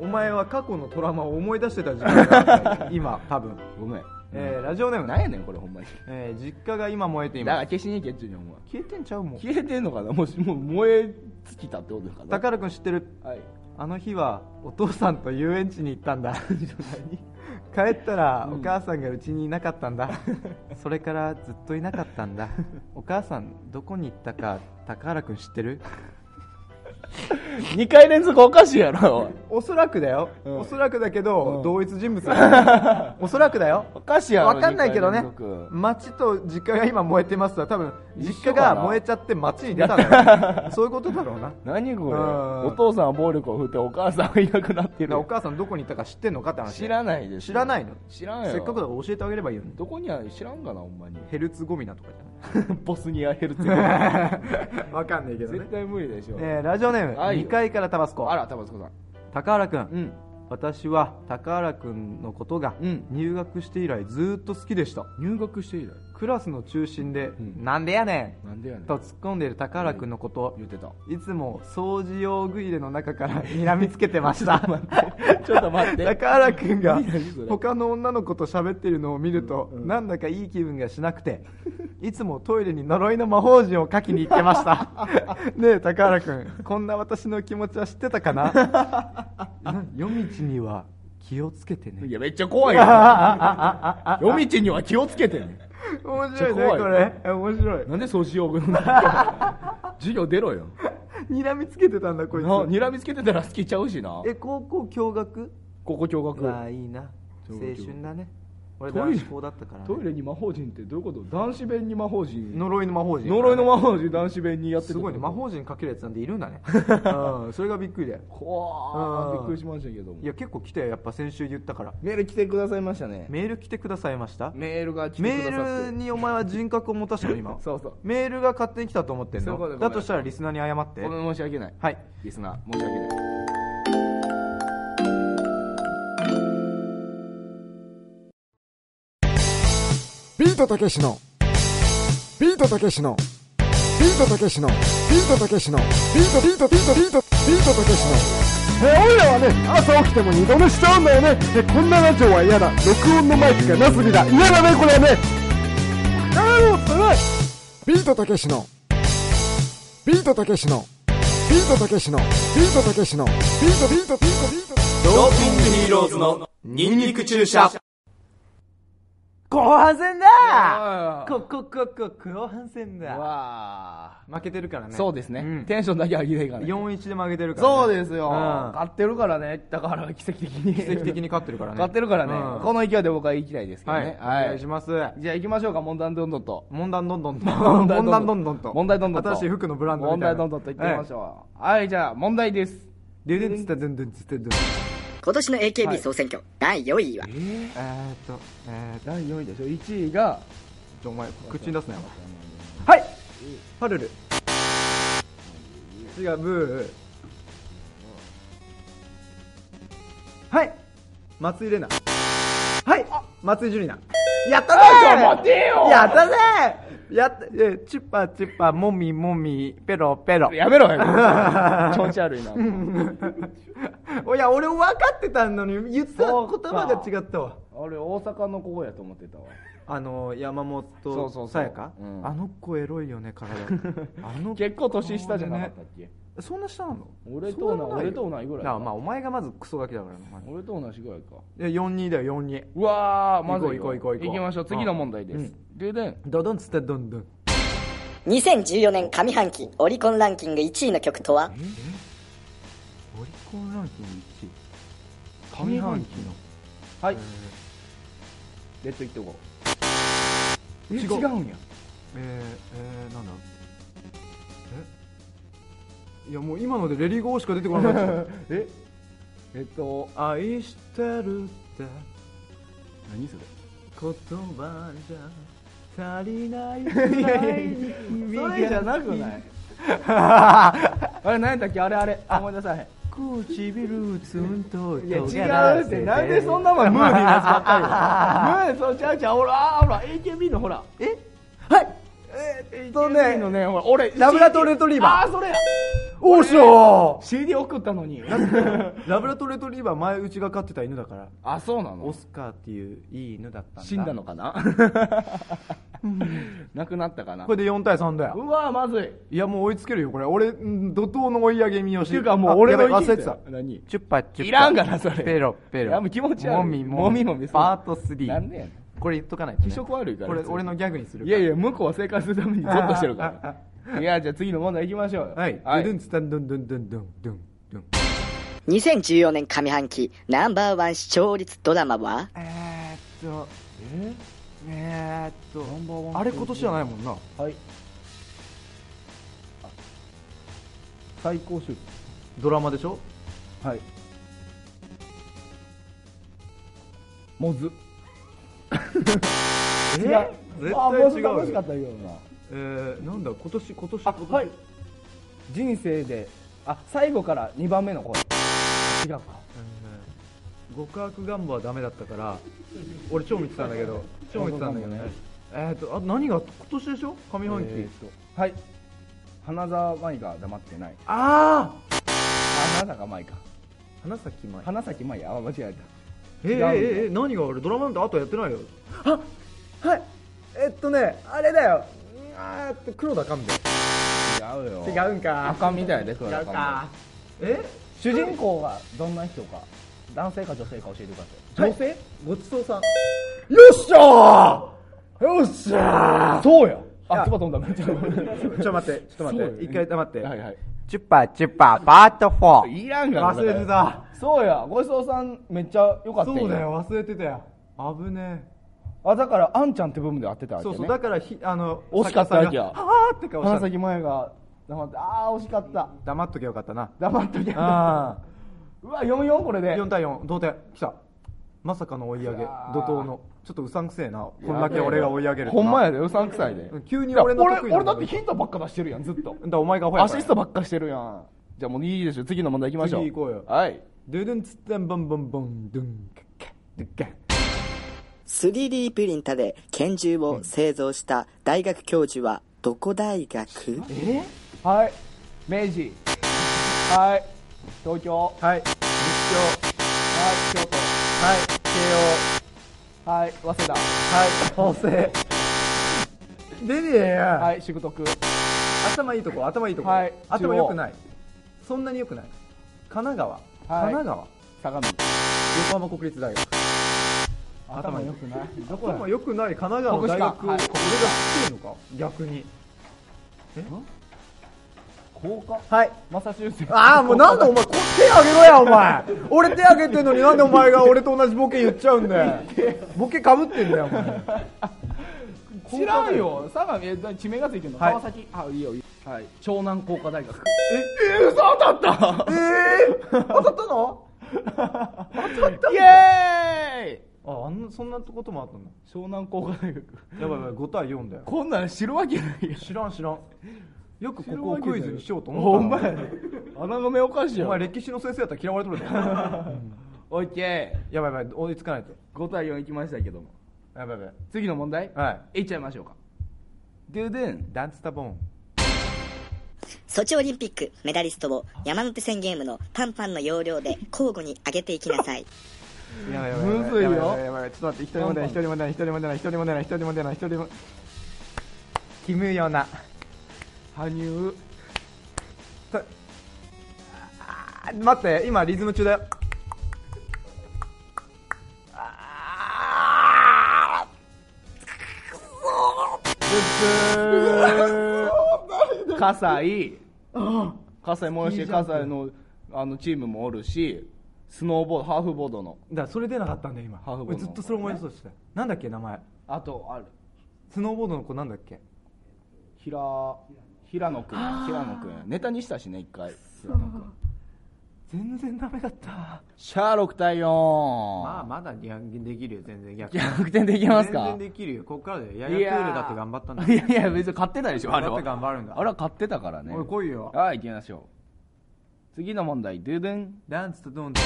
お前は過去のトラウマを思い出してた時間が あったよ今多分、
ごめん
えーラジオネーム
なんやねんこれほんまに
えー実家が今燃えてい
だか
ま
ら
す
消しに行けっちゅうにお前
消えてんちゃうもん
消えてんのかなもしもう燃え尽きたってことかな
高原君知ってる
はい
あの日はお父さんと遊園地に行ったんだ帰ったらお母さんがうちにいなかった んだ、それからずっといなかったんだお母さんどこに行ったか高原君知ってる
2回連続おかしいやろ
おそらくだよ、
うん
おそらくだけど、同一人物だ よおそらくだよ
おかしいやろ
わかんないけど
二
ね
回連続
町と実家が今燃えてますは多分
一
実
緒
家
かな
が燃えちゃって町に出たの よそういうことだろうな
何これ
うん
お父さんは暴力を振ってお母さんはいなくなって
だから
る
お母さんどこに行ったか知ってんのかって話
知らないでしょ
知らないの
知らんよ
せっかくだから教えてあげればいいのに
どこにある知らんがなほんまに
ヘルツゴミナとかじゃない
ボスニア ヘルツェゴビナ
わかんないけどね
絶。対無理でしょ
えーラジオネーム、
はいよ
2階からタバスコ。
あらタバスコさん
高原くん,、
うん
私は高原くんのことが
うん
入学して以来ずーっと好きでした。
入学して以来
クラスの中心で、
ん
なんでやね
なんでやね
ん
ん
と突っ込んでいる高原くんのこと、
言ってた
いつも掃除用具入れの中から睨みつけて ました。
ちょっと待って
高原くんが
何それ
他の女の子と喋ってるのを見ると、なんだかいい気分がしなくていつもトイレに呪いの魔法陣を書きに行ってました ねえ高原くんこんな私の気持ちは知ってたかなな夜道には気をつけて
い
ね
やめっちゃ怖いよ 夜道には気をつけてね
面
ち
白
ょ怖い
いねこれえ面白い
なんで掃除用具の中授業出ろよ
睨みつけてたんだこいつ
な睨みつけてたら好きちゃうしな
え高校共学
ここ共
ま
学
あいいな
共
青
学
春だね俺
トイレ
男子校だったからね、
トイレに魔法陣ってどういうこと男子弁に魔法陣
呪いの魔法陣
呪いの魔法陣男子弁にやって
すごいね魔法陣かけるやつなんている んだね、うん、それがびっくりだよ
怖
うん
びっくりしましたけども
いや結構来たよやっぱ先週言ったから
メール来てくださいましたね
メール来てくださいました
メールが来てくだ
メ
さって
ールにお前は人格を持たした の今
そうそう
メールが勝手に来たと思ってん
そういうこと
の
ごめん
だとしたらリスナーに謝って
ごめん申し訳ない
はい
リスナー申し訳ない
ビートたけしの、ビートたけしの、ビートたけしの、ビートたけしの、ビートビートビートビート、ビートたけしの。えー、俺らはね、朝起きても二度寝しちゃうんだよね。えこんなラジオは嫌だ。録音のマイクがなすびだ。嫌だね、これはね。あーもったいないビートたけしの、ビートたけしの、ビートたけしの、ビートたけしの、ビートビートビートビート。
ドーピングヒーローズのニンニク注射
後半戦
だ
ここここ後半戦だ
わ
負けてるからね
そうですね、
ん
テンションだけ上げていかない
4-1で負けてるからね、
そうですよ、
うん
勝ってるからねだから奇跡的に
奇跡的に勝ってるからね
勝ってるからね、
うん
この勢いで僕は行きたいですけど
はい、
ね、
お願いします
じゃあ行きましょうか問題どんどんと
問題どんどん と
問
問
題ど
題
んどん
どんどんと
問題どんどんと
新しい服のブランド
問
みたい
題
な
どんどんと言ってみましょうはい、じゃあ問題です
デデンツタデンデンツタデン
今年の AKB 総選挙、第4位は
えーっとえーっ
第4位でしょ1位が
とちょお前口に出すなよはいパルル違うブーはい松井玲奈はい松井樹里奈やったぜ
ちょ待てよ
やったぜやったえチッパチッパもみもみペロペロ
やめ ろよ調子悪いな
おや俺分かってたのに言ってた言葉が違ったわ
俺大阪の子やと思ってたわ
あの山本
そうそうそう
さやか
うん
あの子エロいよね 体あの子
結構年下じゃなかったっけ
そんな下なの
俺とな
そんい
俺と同いぐらいか
あまあお前がまずクソガキだからなお前
俺と同じぐらいか
で42だよ42
うわーまずいよ
行こう行こう行こう
行きましょう次の問題です、でで
ドドンつってドンドン
2014年上半期オリコンランキング1位の曲とは
オリコンランキング1
上半期はいレッドいってこう
え
違
違う
うんや
えー、えー、なんだえいやもう今のでレリーゴーしか出てこなかった
ええっと
愛してるって
何それ
言葉じゃ足りないく らいに君がそれじゃなくない
あれ何やったっけあれあれ思い出さへん
唇ツンと
いや違うってなんでそんなもんムーディーなやつばっかりよムーそうちゃうちゃうほらあーほら AKB のほらえ
はい
っとねのねほら俺
ラブラトレトリーバー
ああそれや
おっしょ
CD 送ったのに
ラブラトレトリーバー前うちが飼ってた犬だから
あそうな
オスカーっていういい犬だったんだ
死んだの かな亡くなったかな
これで4対3だよ
うわまずいっ
いやもう追いつけるよこれ俺ん怒涛の追い上げ三好って
いうかもう俺の
忘れてた
何
チュッパチュッパ
いらんがなそれ
ペロペロ
いやもう気持ち悪い
もみもみ
もみもみ
パート3
なんでやねん
これ言っとかないと、ね、
気色悪いから
これ
普通に
俺のギャグにする
い
から
やいや向こうは正解するためにゾッとしてるから いやじゃあ次の問題行きましょうよ
はい、
は
ドゥ
い
ンツタンドゥンドゥンドゥンドゥンドゥンドゥン
2014年上半期ナンバーワン視聴率ドラマは
えー、っとええー、っ
ンバーワン
とあれ今年じゃないもんな
はいあ最高出
ドラマでしょ
はいモズ
え
いやあモズが欲しかったけどな
えー、なんだ今年今年
あ
今年
はい人生であ最後から2番目の声違うか
うん極悪ガンバはダメだったから俺超見てたんだけど超見てたんだけどね
ガンバね
えー、っとあ何が今年でしょ上半期、
えーっとはい花澤舞が黙ってない
ああ
花坂舞か
花咲舞
花咲舞やあ間違えた
えー、え
違うんだ
ーえー何があれドラマなんてあとやってないよあはいえっとねあれだよあーっと黒田神
違うよ
違うんか
赤みたいです
部違うかえ
主人公がどんな人か男性か女性か教えてください
はい
女性、
ごちそうさん
よっしゃーよっしゃーそうやあ、つば飛んだめっちゃ
ちょっと待ってちょっと待って一回黙って、
はいはい
チュッパーチュッパーパート4
いらんがな
忘れてた
そうやごちそうさんめっちゃ良かったんや
そうだよ忘れてたよ危ね
あだからあんちゃんって部分で当てたわけ、
えそ
ね、
うそうだからひあの
惜しかったわけや
作家さんがはあって顔
花
した
咲前が黙ってああ惜しかった
黙っとけよかっ たな
黙っときゃ
あ
うわ44これ
あ
で
4対4同点来たまさかの追い上げ
いやー
怒涛のちょっとうさんくせえなこんだけ俺が追い上げる
ほんまや
で
でうさんくさいで
急に俺の得意
いや俺
な
俺
の
だってヒントばっか出してるやんず っと
だからお前がアホや
ア
から
シストばっかしてるやんじゃあもういいでしょ次の問題行きましょう
次行こうよ
はい
ドゥドゥンツッテンボンボンボンドゥンカッカッドゥッカッ
3D プリンタで拳銃を製造した大学教授はどこ大学
はい明治はい東京
は
は
い
い京都は
はい
い早稲田
慶応はい法政出ねえや、
はい宿徳
頭いいとこ頭いいとこ、
はい
頭良くないそんなに良くない神奈川、神奈川
相模
横浜国立大学
頭良くないどこや
頭良くない神奈川の大学
ここしか
これが知ってるのか逆に
高科
はい
マサチューセッツ
ああもうなんでお前こ手あげろやお前俺手あげてんのになんでお前が俺と同じボケ言っちゃうんだよボケかぶってんだよお前
知らんよ相模え何地名がついてんの、
はい
川崎あいいよいいよはい湘南工科大学ええ嘘当たった
え ー、当たったの
イエーイ
ああんなそんなこともあったんだ
湘南工科大学
やばいやばい5対4だよ
こんなん知るわけないやん
知らん知らんよくここをクイズにしようと
ほ
思
ん
っ
ま
たな
やで穴の目おかしい
お
よ
前歴史の先生やったら嫌われとる でや
オッケ
ばいやばい追いつかないと
ー5対4いきましたけども
やばいやばい
次の問題
はい
っちゃいましょうかドゥドゥン
ダンスタボン
ソチオリンピックメダリストを山手線ゲームのパンパンの要領で交互に上げていきなさい
やばいやばいやば
むずいよ
やばやばやばちょっと待って一人も出ない一人も出ない一人も出ない一人も出ない一人も出ない一人もキムヨナ羽生たあー待って今リズム中だよあーくっそー
葛西葛西もおるし葛西のあのチームもおるしスノーボードハーフボードの
だからそれ出なかったんだよ今
ハーフボード
俺ずっとそれ思い出そうとしてたなんだっけ名前
あとある
スノーボードの子なんだっけ
平平野君平野君ネタにしたしね一回
全然ダメだった
シャーロック対4
まあまだ逆転できるよ全然逆
逆転できますか
全然できるよこっからだよヤヤクールだって頑張ったんだ
いやいや別に勝ってないでしょあれは
だって頑張るんだ
あれは勝ってたからね
おい来いよ
はい行きましょう次の問題ドゥドゥン
ダンスとドンと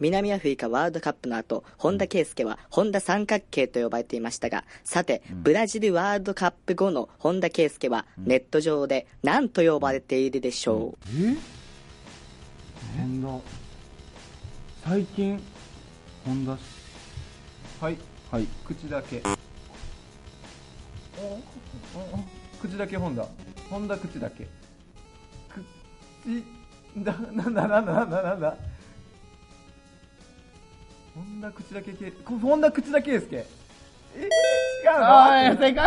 南アフリカワールドカップの後本田圭佑は本田三角形と呼ばれていましたがさてブラジルワールドカップ後の本田圭佑はネット上で何と呼ばれているでしょう
最近本田
はい
はい
口だけ口だけ本田本田口だけ口だなんだなんだなんだなんだ本田口だけけこ本田口だけですけえ違う
ああ
の
正解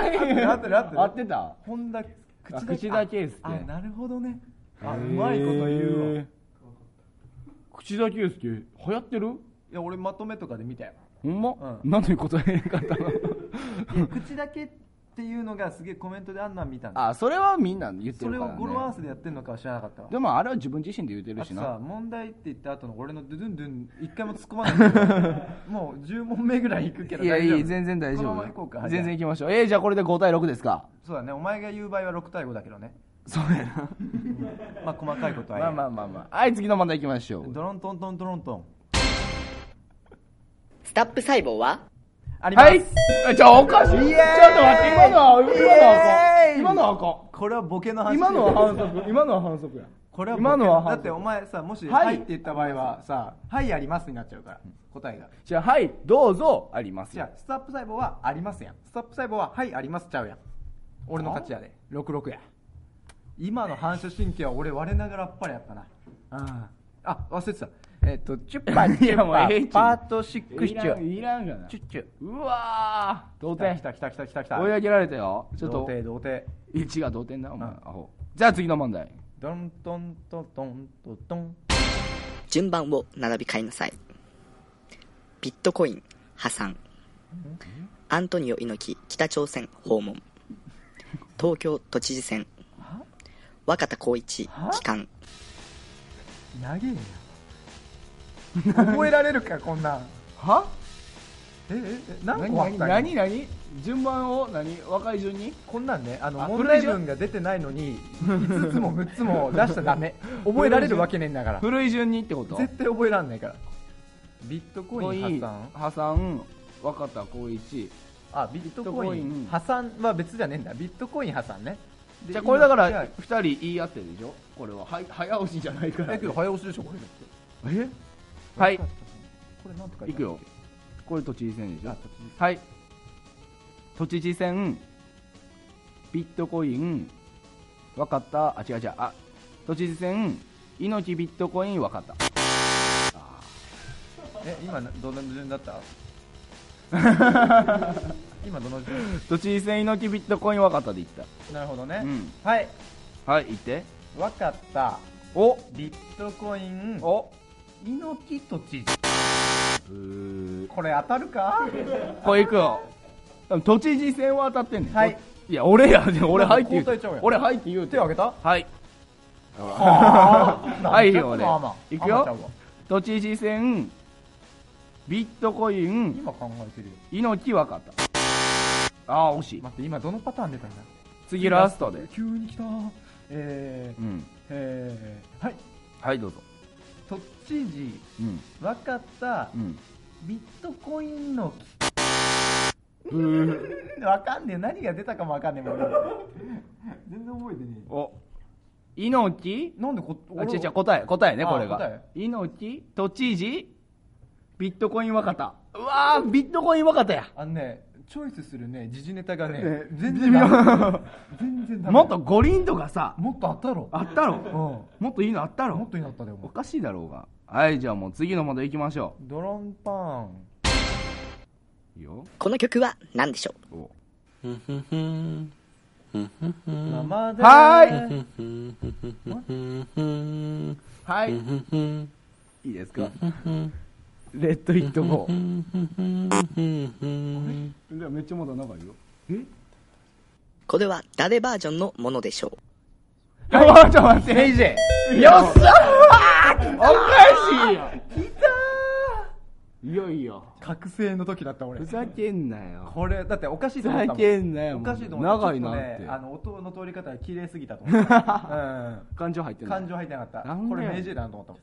合ってる合ってる
合ってた
本田口だけ
口田圭佑
ああなるほどねあうまいこと言うわ
へー口田圭佑流行ってる
いや俺まとめとかで見たよ
ほんま、
うん
なんで答えなかったの
いや口だけっていうのがすげえコメントであんなん見たん だ
あそれはみんな言って
そ
る
れ
か
を
ら、ね、
語呂合わせでやってるのかは知らなかったわ
でもあれは自分自身で言って
あ
る
と
しな
さ問題って言った後の俺のドゥドゥンドゥン一回も突っ込まないけ どもう10問目ぐらいいくけど
いや
大
い
丈夫
や全然大丈
このまま行こうか
夫全然行きましょうえー、じゃあこれで5対6ですか
そうだねお前が言う場合は6対5だけどね
そうや な
まあ細かいことは
まあまあまあまあはい次の問題行きましょう
ドロントントンドロントン
スタップ細胞は
あります、
はいえじゃあおかしいちょっと待って今のは
イエーイ
今のはあかん
これはボケの話
今のはあかん今のは反則今のは反則や
これはボケ
今のは
だ
反
って
則
お前さもし「
はい
はい」って言った場合はさ「はいあります」になっちゃうから答えが
じゃあはいどうぞあります
じゃ
よ
あスタップ細胞はありますやんスタップ細胞ははいありますちゃうやん俺の勝ちやで66や今の反射神経は俺割れながらあっぱれやったなああ忘れてたえっ、とチュッパ
い
チュ
や
ッ
もう
パ
ええちゅう
パート6
い
チュ
らん
ッ
いらんがな
チュッチュ
うわー同点
来た来た来た来た来た
追い上げられたよちょっ
童
と
貞童貞
1が同点だお前アホじゃあ次の問題
ドントントントントントン
順番を並び替えなさいビットコイン破産アントニオ猪木北朝鮮訪問東京都知事選若田光一帰還
長えな 覚えられるかこんなん
は
えええ何個あっ
何
た
何何順番を何若い順に
こんなんね、あの
あ
問題文が出てないのに、5つも6つも出したら ダメ。覚えられるわけねえんだから。
古い順にってこと
絶対覚えらんないから。ビットコイン破産
破産若田光一
あ、ビットコ
ビット
イ
コイン
ン。破産は別じゃねえんだ。ビットコイン破産ね。で
じゃあこれだか
今
ら
じゃ
2人言い合ってるでしょこれははい早押しじゃないか
あ
ら
え、けど早押しでしょ、これだっ
え
て。
はい
これなんとか
いくよこれ都知事選でしょ
あ都知事
はい都知事選ビットコイン若田あ違う違うあ都知事選猪木ビットコイン若田
え、今などの順だった 今どの順
都知事選猪木ビットコイン若田でいった
なるほどね
うん。
はい。
はい言って
わかった。
お
ビットコイン。
お
猪木都知事これ当たる か
これいくよ多分都知事選は当たってんねん
はい
いや俺やで俺はいって言
交代ちゃう
う
やん
俺はいって言う
手を挙げた
はい
は
はいよ俺い
い
くよ都知事選ビットコイン
今考えてるよ
猪木若田ああ惜しい
待って今どのパターン出たんだ
次ラストで
急に来たえ
う
ー、
ん
えー、はい
はいどうぞ
都知事
うん
分かった
うん
ビットコインの分かんねえ何が出たかも分かんねえ もん全然覚えてね
お猪木
えなんでこ
あ違う違う
こ
答え答えねこれ
あ答
が猪木都知事
ビットコイン若田。うわー、ビットコイン若田や。
あのね、チョイスするね、時事ネタがね、全
全
然
然
ダ
ダメ
メ。全然ダメ。
もっと五輪とかさ、
もっとあったろ。
あったろ、もっといいのあったろ
もっとになったで
お
も。
かしいだろうがはいじゃあもう次のまで行きましょ
ドロンパン。
ういいよ
この曲は何でしょう
お
生で。
はーい
はいいいですか
レッド・イット・ゴー。
じゃあめっちゃまだ長いよ
これは誰バージョンのものでしょう
はい、ちょっと待って。AJ。よっしゃーおかしいよ。
いやいや
覚醒の時だった俺
ふ。ざけんなよ
これ、だっておかしい
ふ
と思った
ざ
もん。
けんなよ
お
もう
かしいと思った。
長いな
ちょっ
って
とねあの、音の通り方が綺麗すぎたと思 った。
感情入って
うん。
ない
感情入ってなかっ
な
た
ん。で
これ名人だなと思ったもん。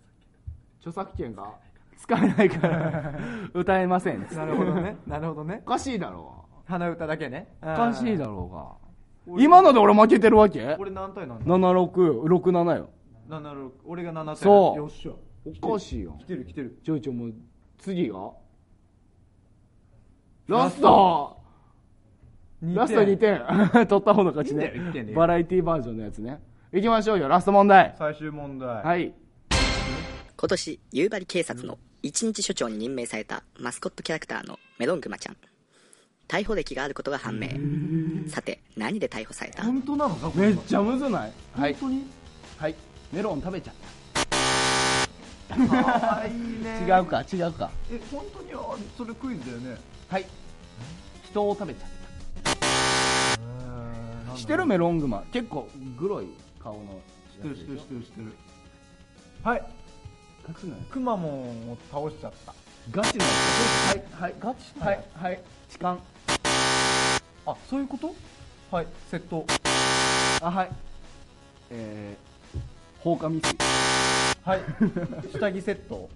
著作権が使えないから 歌えませんなるほどね
なるほどね
お。かしいだろ
鼻歌だけね。お
うがおかしいだろうが今ので俺負けてるわけ
これ何対なんだ
7667よ
76俺が7対
そう
よっしゃ
おかしいよ
来てる来てる
ちょいちょいもう次がラストラスト2点 取った方の勝ちね
いいんだよいいんだよ
バラエティバージョンのやつねいきましょうよラスト問題
最終問題
はい
今年夕張警察の一日署長に任命されたマスコットキャラクターのメロングマちゃん逮捕歴があることが判明さて何で逮捕された
本当なのかこれ
めっちゃむずないはいはいメロン食べちゃった違うか違うか
え本当にあそれクイズだよね
はい人を食べちゃったしてるメロングマ結構グロい顔の
知ってる知ってる知ってる知ってる
はい。
隠すなよ
くまモンを倒しちゃった。
ガチのはいはいガチはいはい痴漢
あ、そういうことはい、窃盗。
あはいえー、放火未遂
はい。下着窃盗。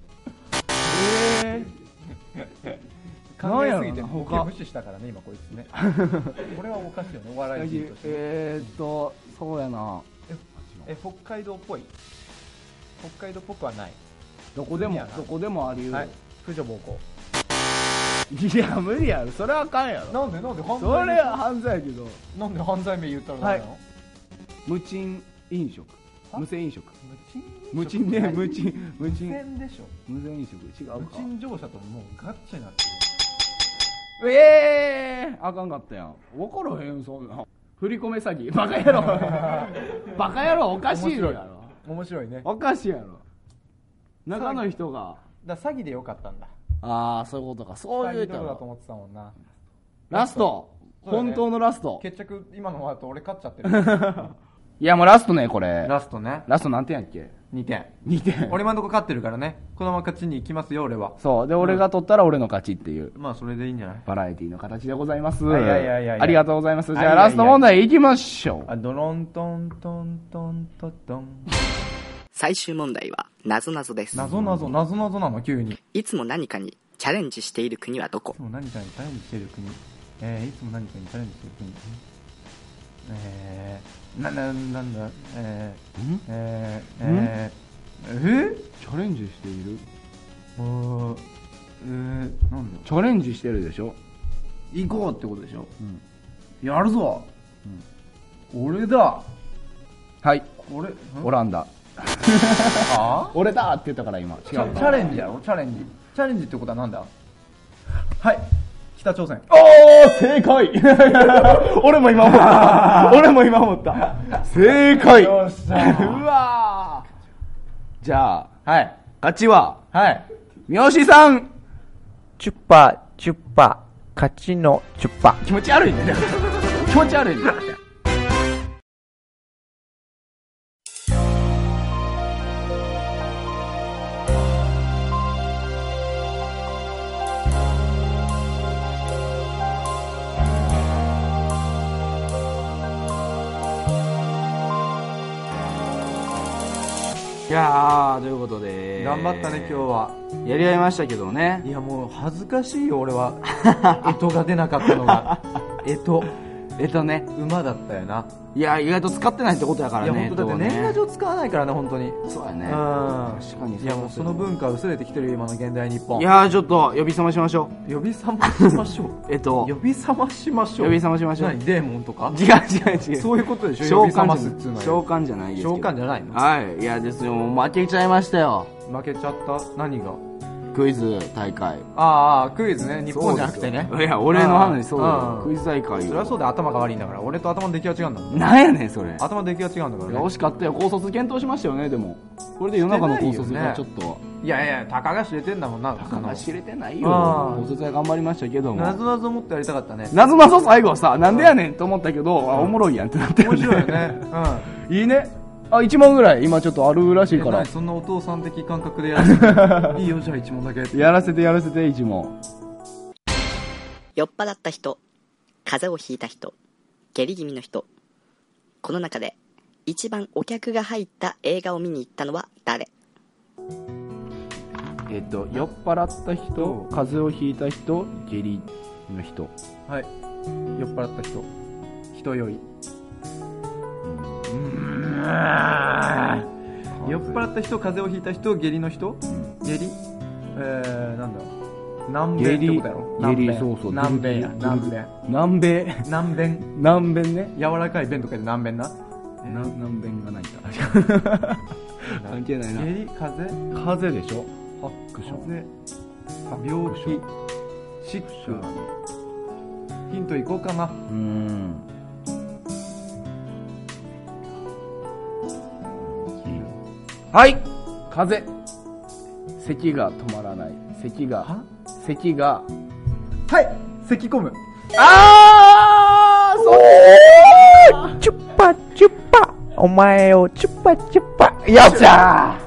えー。考えす
な
ぎて、
んやろな
僕
他
無視したからね、今こいつ ね。これはおかしいよね、お笑い人としてね。
えー、っとそうやな
え、北海道っぽい北海道っぽくはない。
どこで
無理
も
やな
どこでもあり得る、
はい。婦女暴行。
いや無理やろそれはあかんやろ
なんでなんで犯
そ
罪
れは犯罪やけど
名なんで犯罪名言ったらダメなの、
無賃飲食無銭飲食
無賃
無賃ね無賃無
無
賃
線でしょ。
無銭飲食違うか
無賃乗車ともうガッチャになってる。
ええー、あかんかったやん分からへんそんな振り込め詐欺バカ野郎 バカ野郎おかしいやろ
面白いね。
おかしいやろ中の人が
だから詐欺でよかったんだ。
ああそういうことかそういう
詐
こ
欺と
と
かだと
か
思ってたもんな。
ラスト
そうだね
本当のラスト
決着、今の後俺勝っちゃってる。
いやもうラストねこ れ
ラストね
ラスト何点やっけ
2点
2点
俺今のとこ勝ってるからねこのまま勝ちに行きますよ俺は
そうで俺が取ったら俺の勝ちっていう
まあそれでいいんじゃない
バラエティの形でございます。
いやいやいやいや
ありがとうございます。じ
いや
ゃ
い
あ
やいや
ラスト問題いきましょう。
あ、ドロントントントントトン。
最終問題は謎謎です
謎謎、謎謎なの、急に。い
いつも何かにチャレンジしている国はどこ
つも何かにチャレンジしてる国。えー、いつも何かにチャレンジしてる国。えー、な、な、なんだ、えー、えー、えー、え
チャレンジしている
ー、もう、えー、なんだ
チャレンジしてるでしょ
行こうってことでしょ、やるぞ、俺だ
はい。
これん
オランダ。
あ
俺だって言ったから今。違
チ
う
ャチ
か。
ャレンジやろチャレンジチャレンジってことはなんだはい北朝鮮
おー正解 俺も今思 った。俺も今思った。正解
よっしゃ
うわーじゃあ、
はい、
勝ちは、
はい。
三好さん
チュッパ、チュッパ、勝ちのチュッパ。
気持ち悪い ね。気持ち悪いね。いやーということで
頑張ったね今日は
やり合いましたけど ね
いやもう恥ずかしいよ俺は干支が出なかったのが干支
えっとね馬だったよない
や意外と使ってないってことやから
いや
ね
本当だって年賀状使わないからね本当に
そうや
う
ね
ん
確かに
いやもうその文化薄れてきてるよ今の現代日本
いやーちょっと呼び覚ましましょ
呼び覚ましましょう
うえっと
呼び覚ましましょう
呼び覚ましましょう
何デーモンとか
違う違う違う
そういうことでし
召
ょ呼び覚ますっ
喚
つ
じ
う
ゃ
の
ない
は
召喚じゃないですけど
召喚じゃないの
はいいやですよもう負けちゃいましたよ
負けちゃった何が
クイズ大会
ああクイズね日本じゃなくてね
いや俺の話そうだ
う
よ
ん
クイズ大会
それは
よ
そうだ頭が悪いんだから俺と頭の出来は違うんだもん
なんやねんそれ
頭の出来は違うんだか
い
ら
や
ね
惜しかったよ高卒検討しましたよねでもこれで夜中の高卒が
し
ちょっと
てないやいやたかが知れてんだもんな
かな知れてないよ
あー
高卒は頑張りましたけど
な
も
ぞなぞもっとやりたかったね
なぞなぞ最後はさなんでやねんと思ったけどあおもろいやんってなって
面白いよねうん
いいねあ1問ぐらい今ちょっとあるらしいか
え
ら
何そんなお父さん的感覚でや らせていいよじゃあ一問だけ
やらせてやらせて1問
酔っ払った人風邪をひいた人下痢気味の人この中で一番お客が入った映画を見に行ったのは誰
えっと酔っ払った人風邪をひいた人下痢の人
はい酔っ払った人人酔い酔っ払った人風邪をひいた人下痢の人下痢えー、なんだ南米ってことやろ
下痢
南米
下痢そうそう
南米や
ずるずる南
南米
米
南弁
南弁ね
柔らかい弁とかで南弁な
な南弁がないか 関係ない
下
な
痢風邪
風邪でしょハックション
風病気シックヒントいこうかな
うーんはい風邪咳が止まらない咳が
は
咳が
はい咳込む
あーそう
チュッパチュッパお前をチュッパチュッパやっちゃ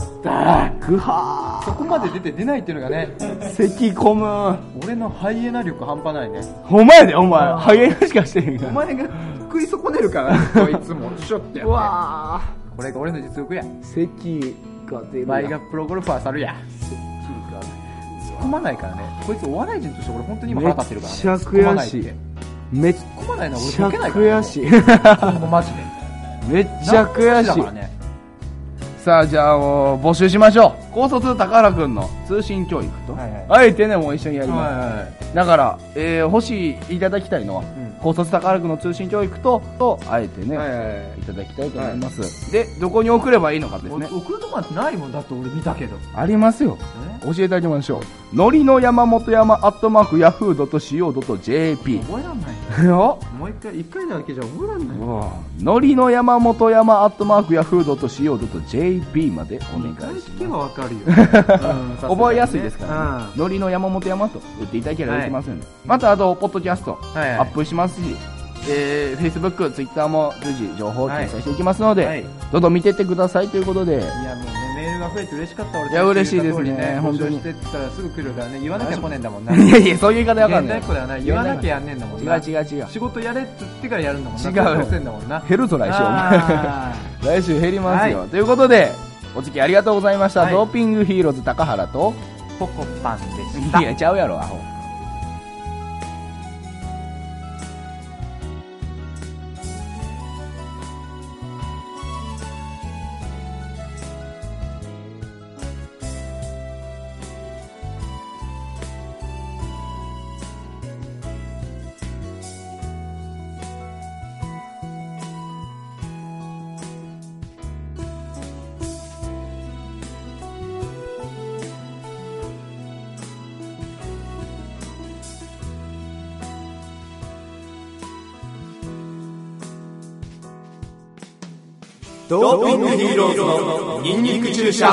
そこまで出て出ないっていうのがね
咳込む
俺のハイエナ力半端ないね
お前でお前ハゲしかしてへんか
お
ら
前が食い損ねるからこい つもシュッてやって
わ
これが俺の実力や
咳が出る
倍がプロゴルファー猿や突っ込まないからねこいつお笑い人として俺本当に今腹立ってるから、ね、
めっちゃ悔しい
突っ
めっち
込まないって突っ込
ゃ
まないな俺解けないから、
悔しい
今後マ ジで
めっちゃ
だ
悔し
か
い
らね
さあじゃあもう募集しましょう高卒高原君の通信教育と
はいはい
あえてねもう一緒にやり
はい
ます、
はいはい
だから、えー、欲しいいただきたいのは、
ん
高卒高原君の通信教育ととあえてね、
はい
い
はいはい
ただきたいと思います、でどこに送ればいいのかですね
お送るとこなんてないもんだって俺見たけど
ありますよ教えてあげましょうのりの山本山アットマークヤフー .co.jp
覚えらんないもう一回一回だけじゃ覚えらんない
のりの山本山アットマークヤフー .co.jp までお願
一回
いし
聞
ま
け
す
ばわかる よ、うん
覚えやすいですから、
う
ね、のりの山本山と打っていただければできますんで、またあとポッドキャストア
はいはい
ップしますし、えー、Facebook、Twitter も随時情報を掲載していきますので、
はい
どんどん見てってくださいということで、
いやもうねメールが増えて嬉しかった俺
いや嬉しいですね
本
本
当
当
に
に
してって言ったらすぐ来るからね言わなきゃ来ねえんだ もんな
いやいや そういう言い方やかんな
現代
い
っ子ではない言わなきゃやんねえんだもん
違う
な
違う違う
仕事やれっつってからやるんだもんな
違う
強制んだもんな
減るぞ来週お
あ
前 来週減りますよ、
は
ということでお付き合いありがとうございました、
はい
ドーピングヒーローズ高原と
ーポコパンでし
い
た
やちゃうやろアホ
ドーピングヒーローズのニンニク注射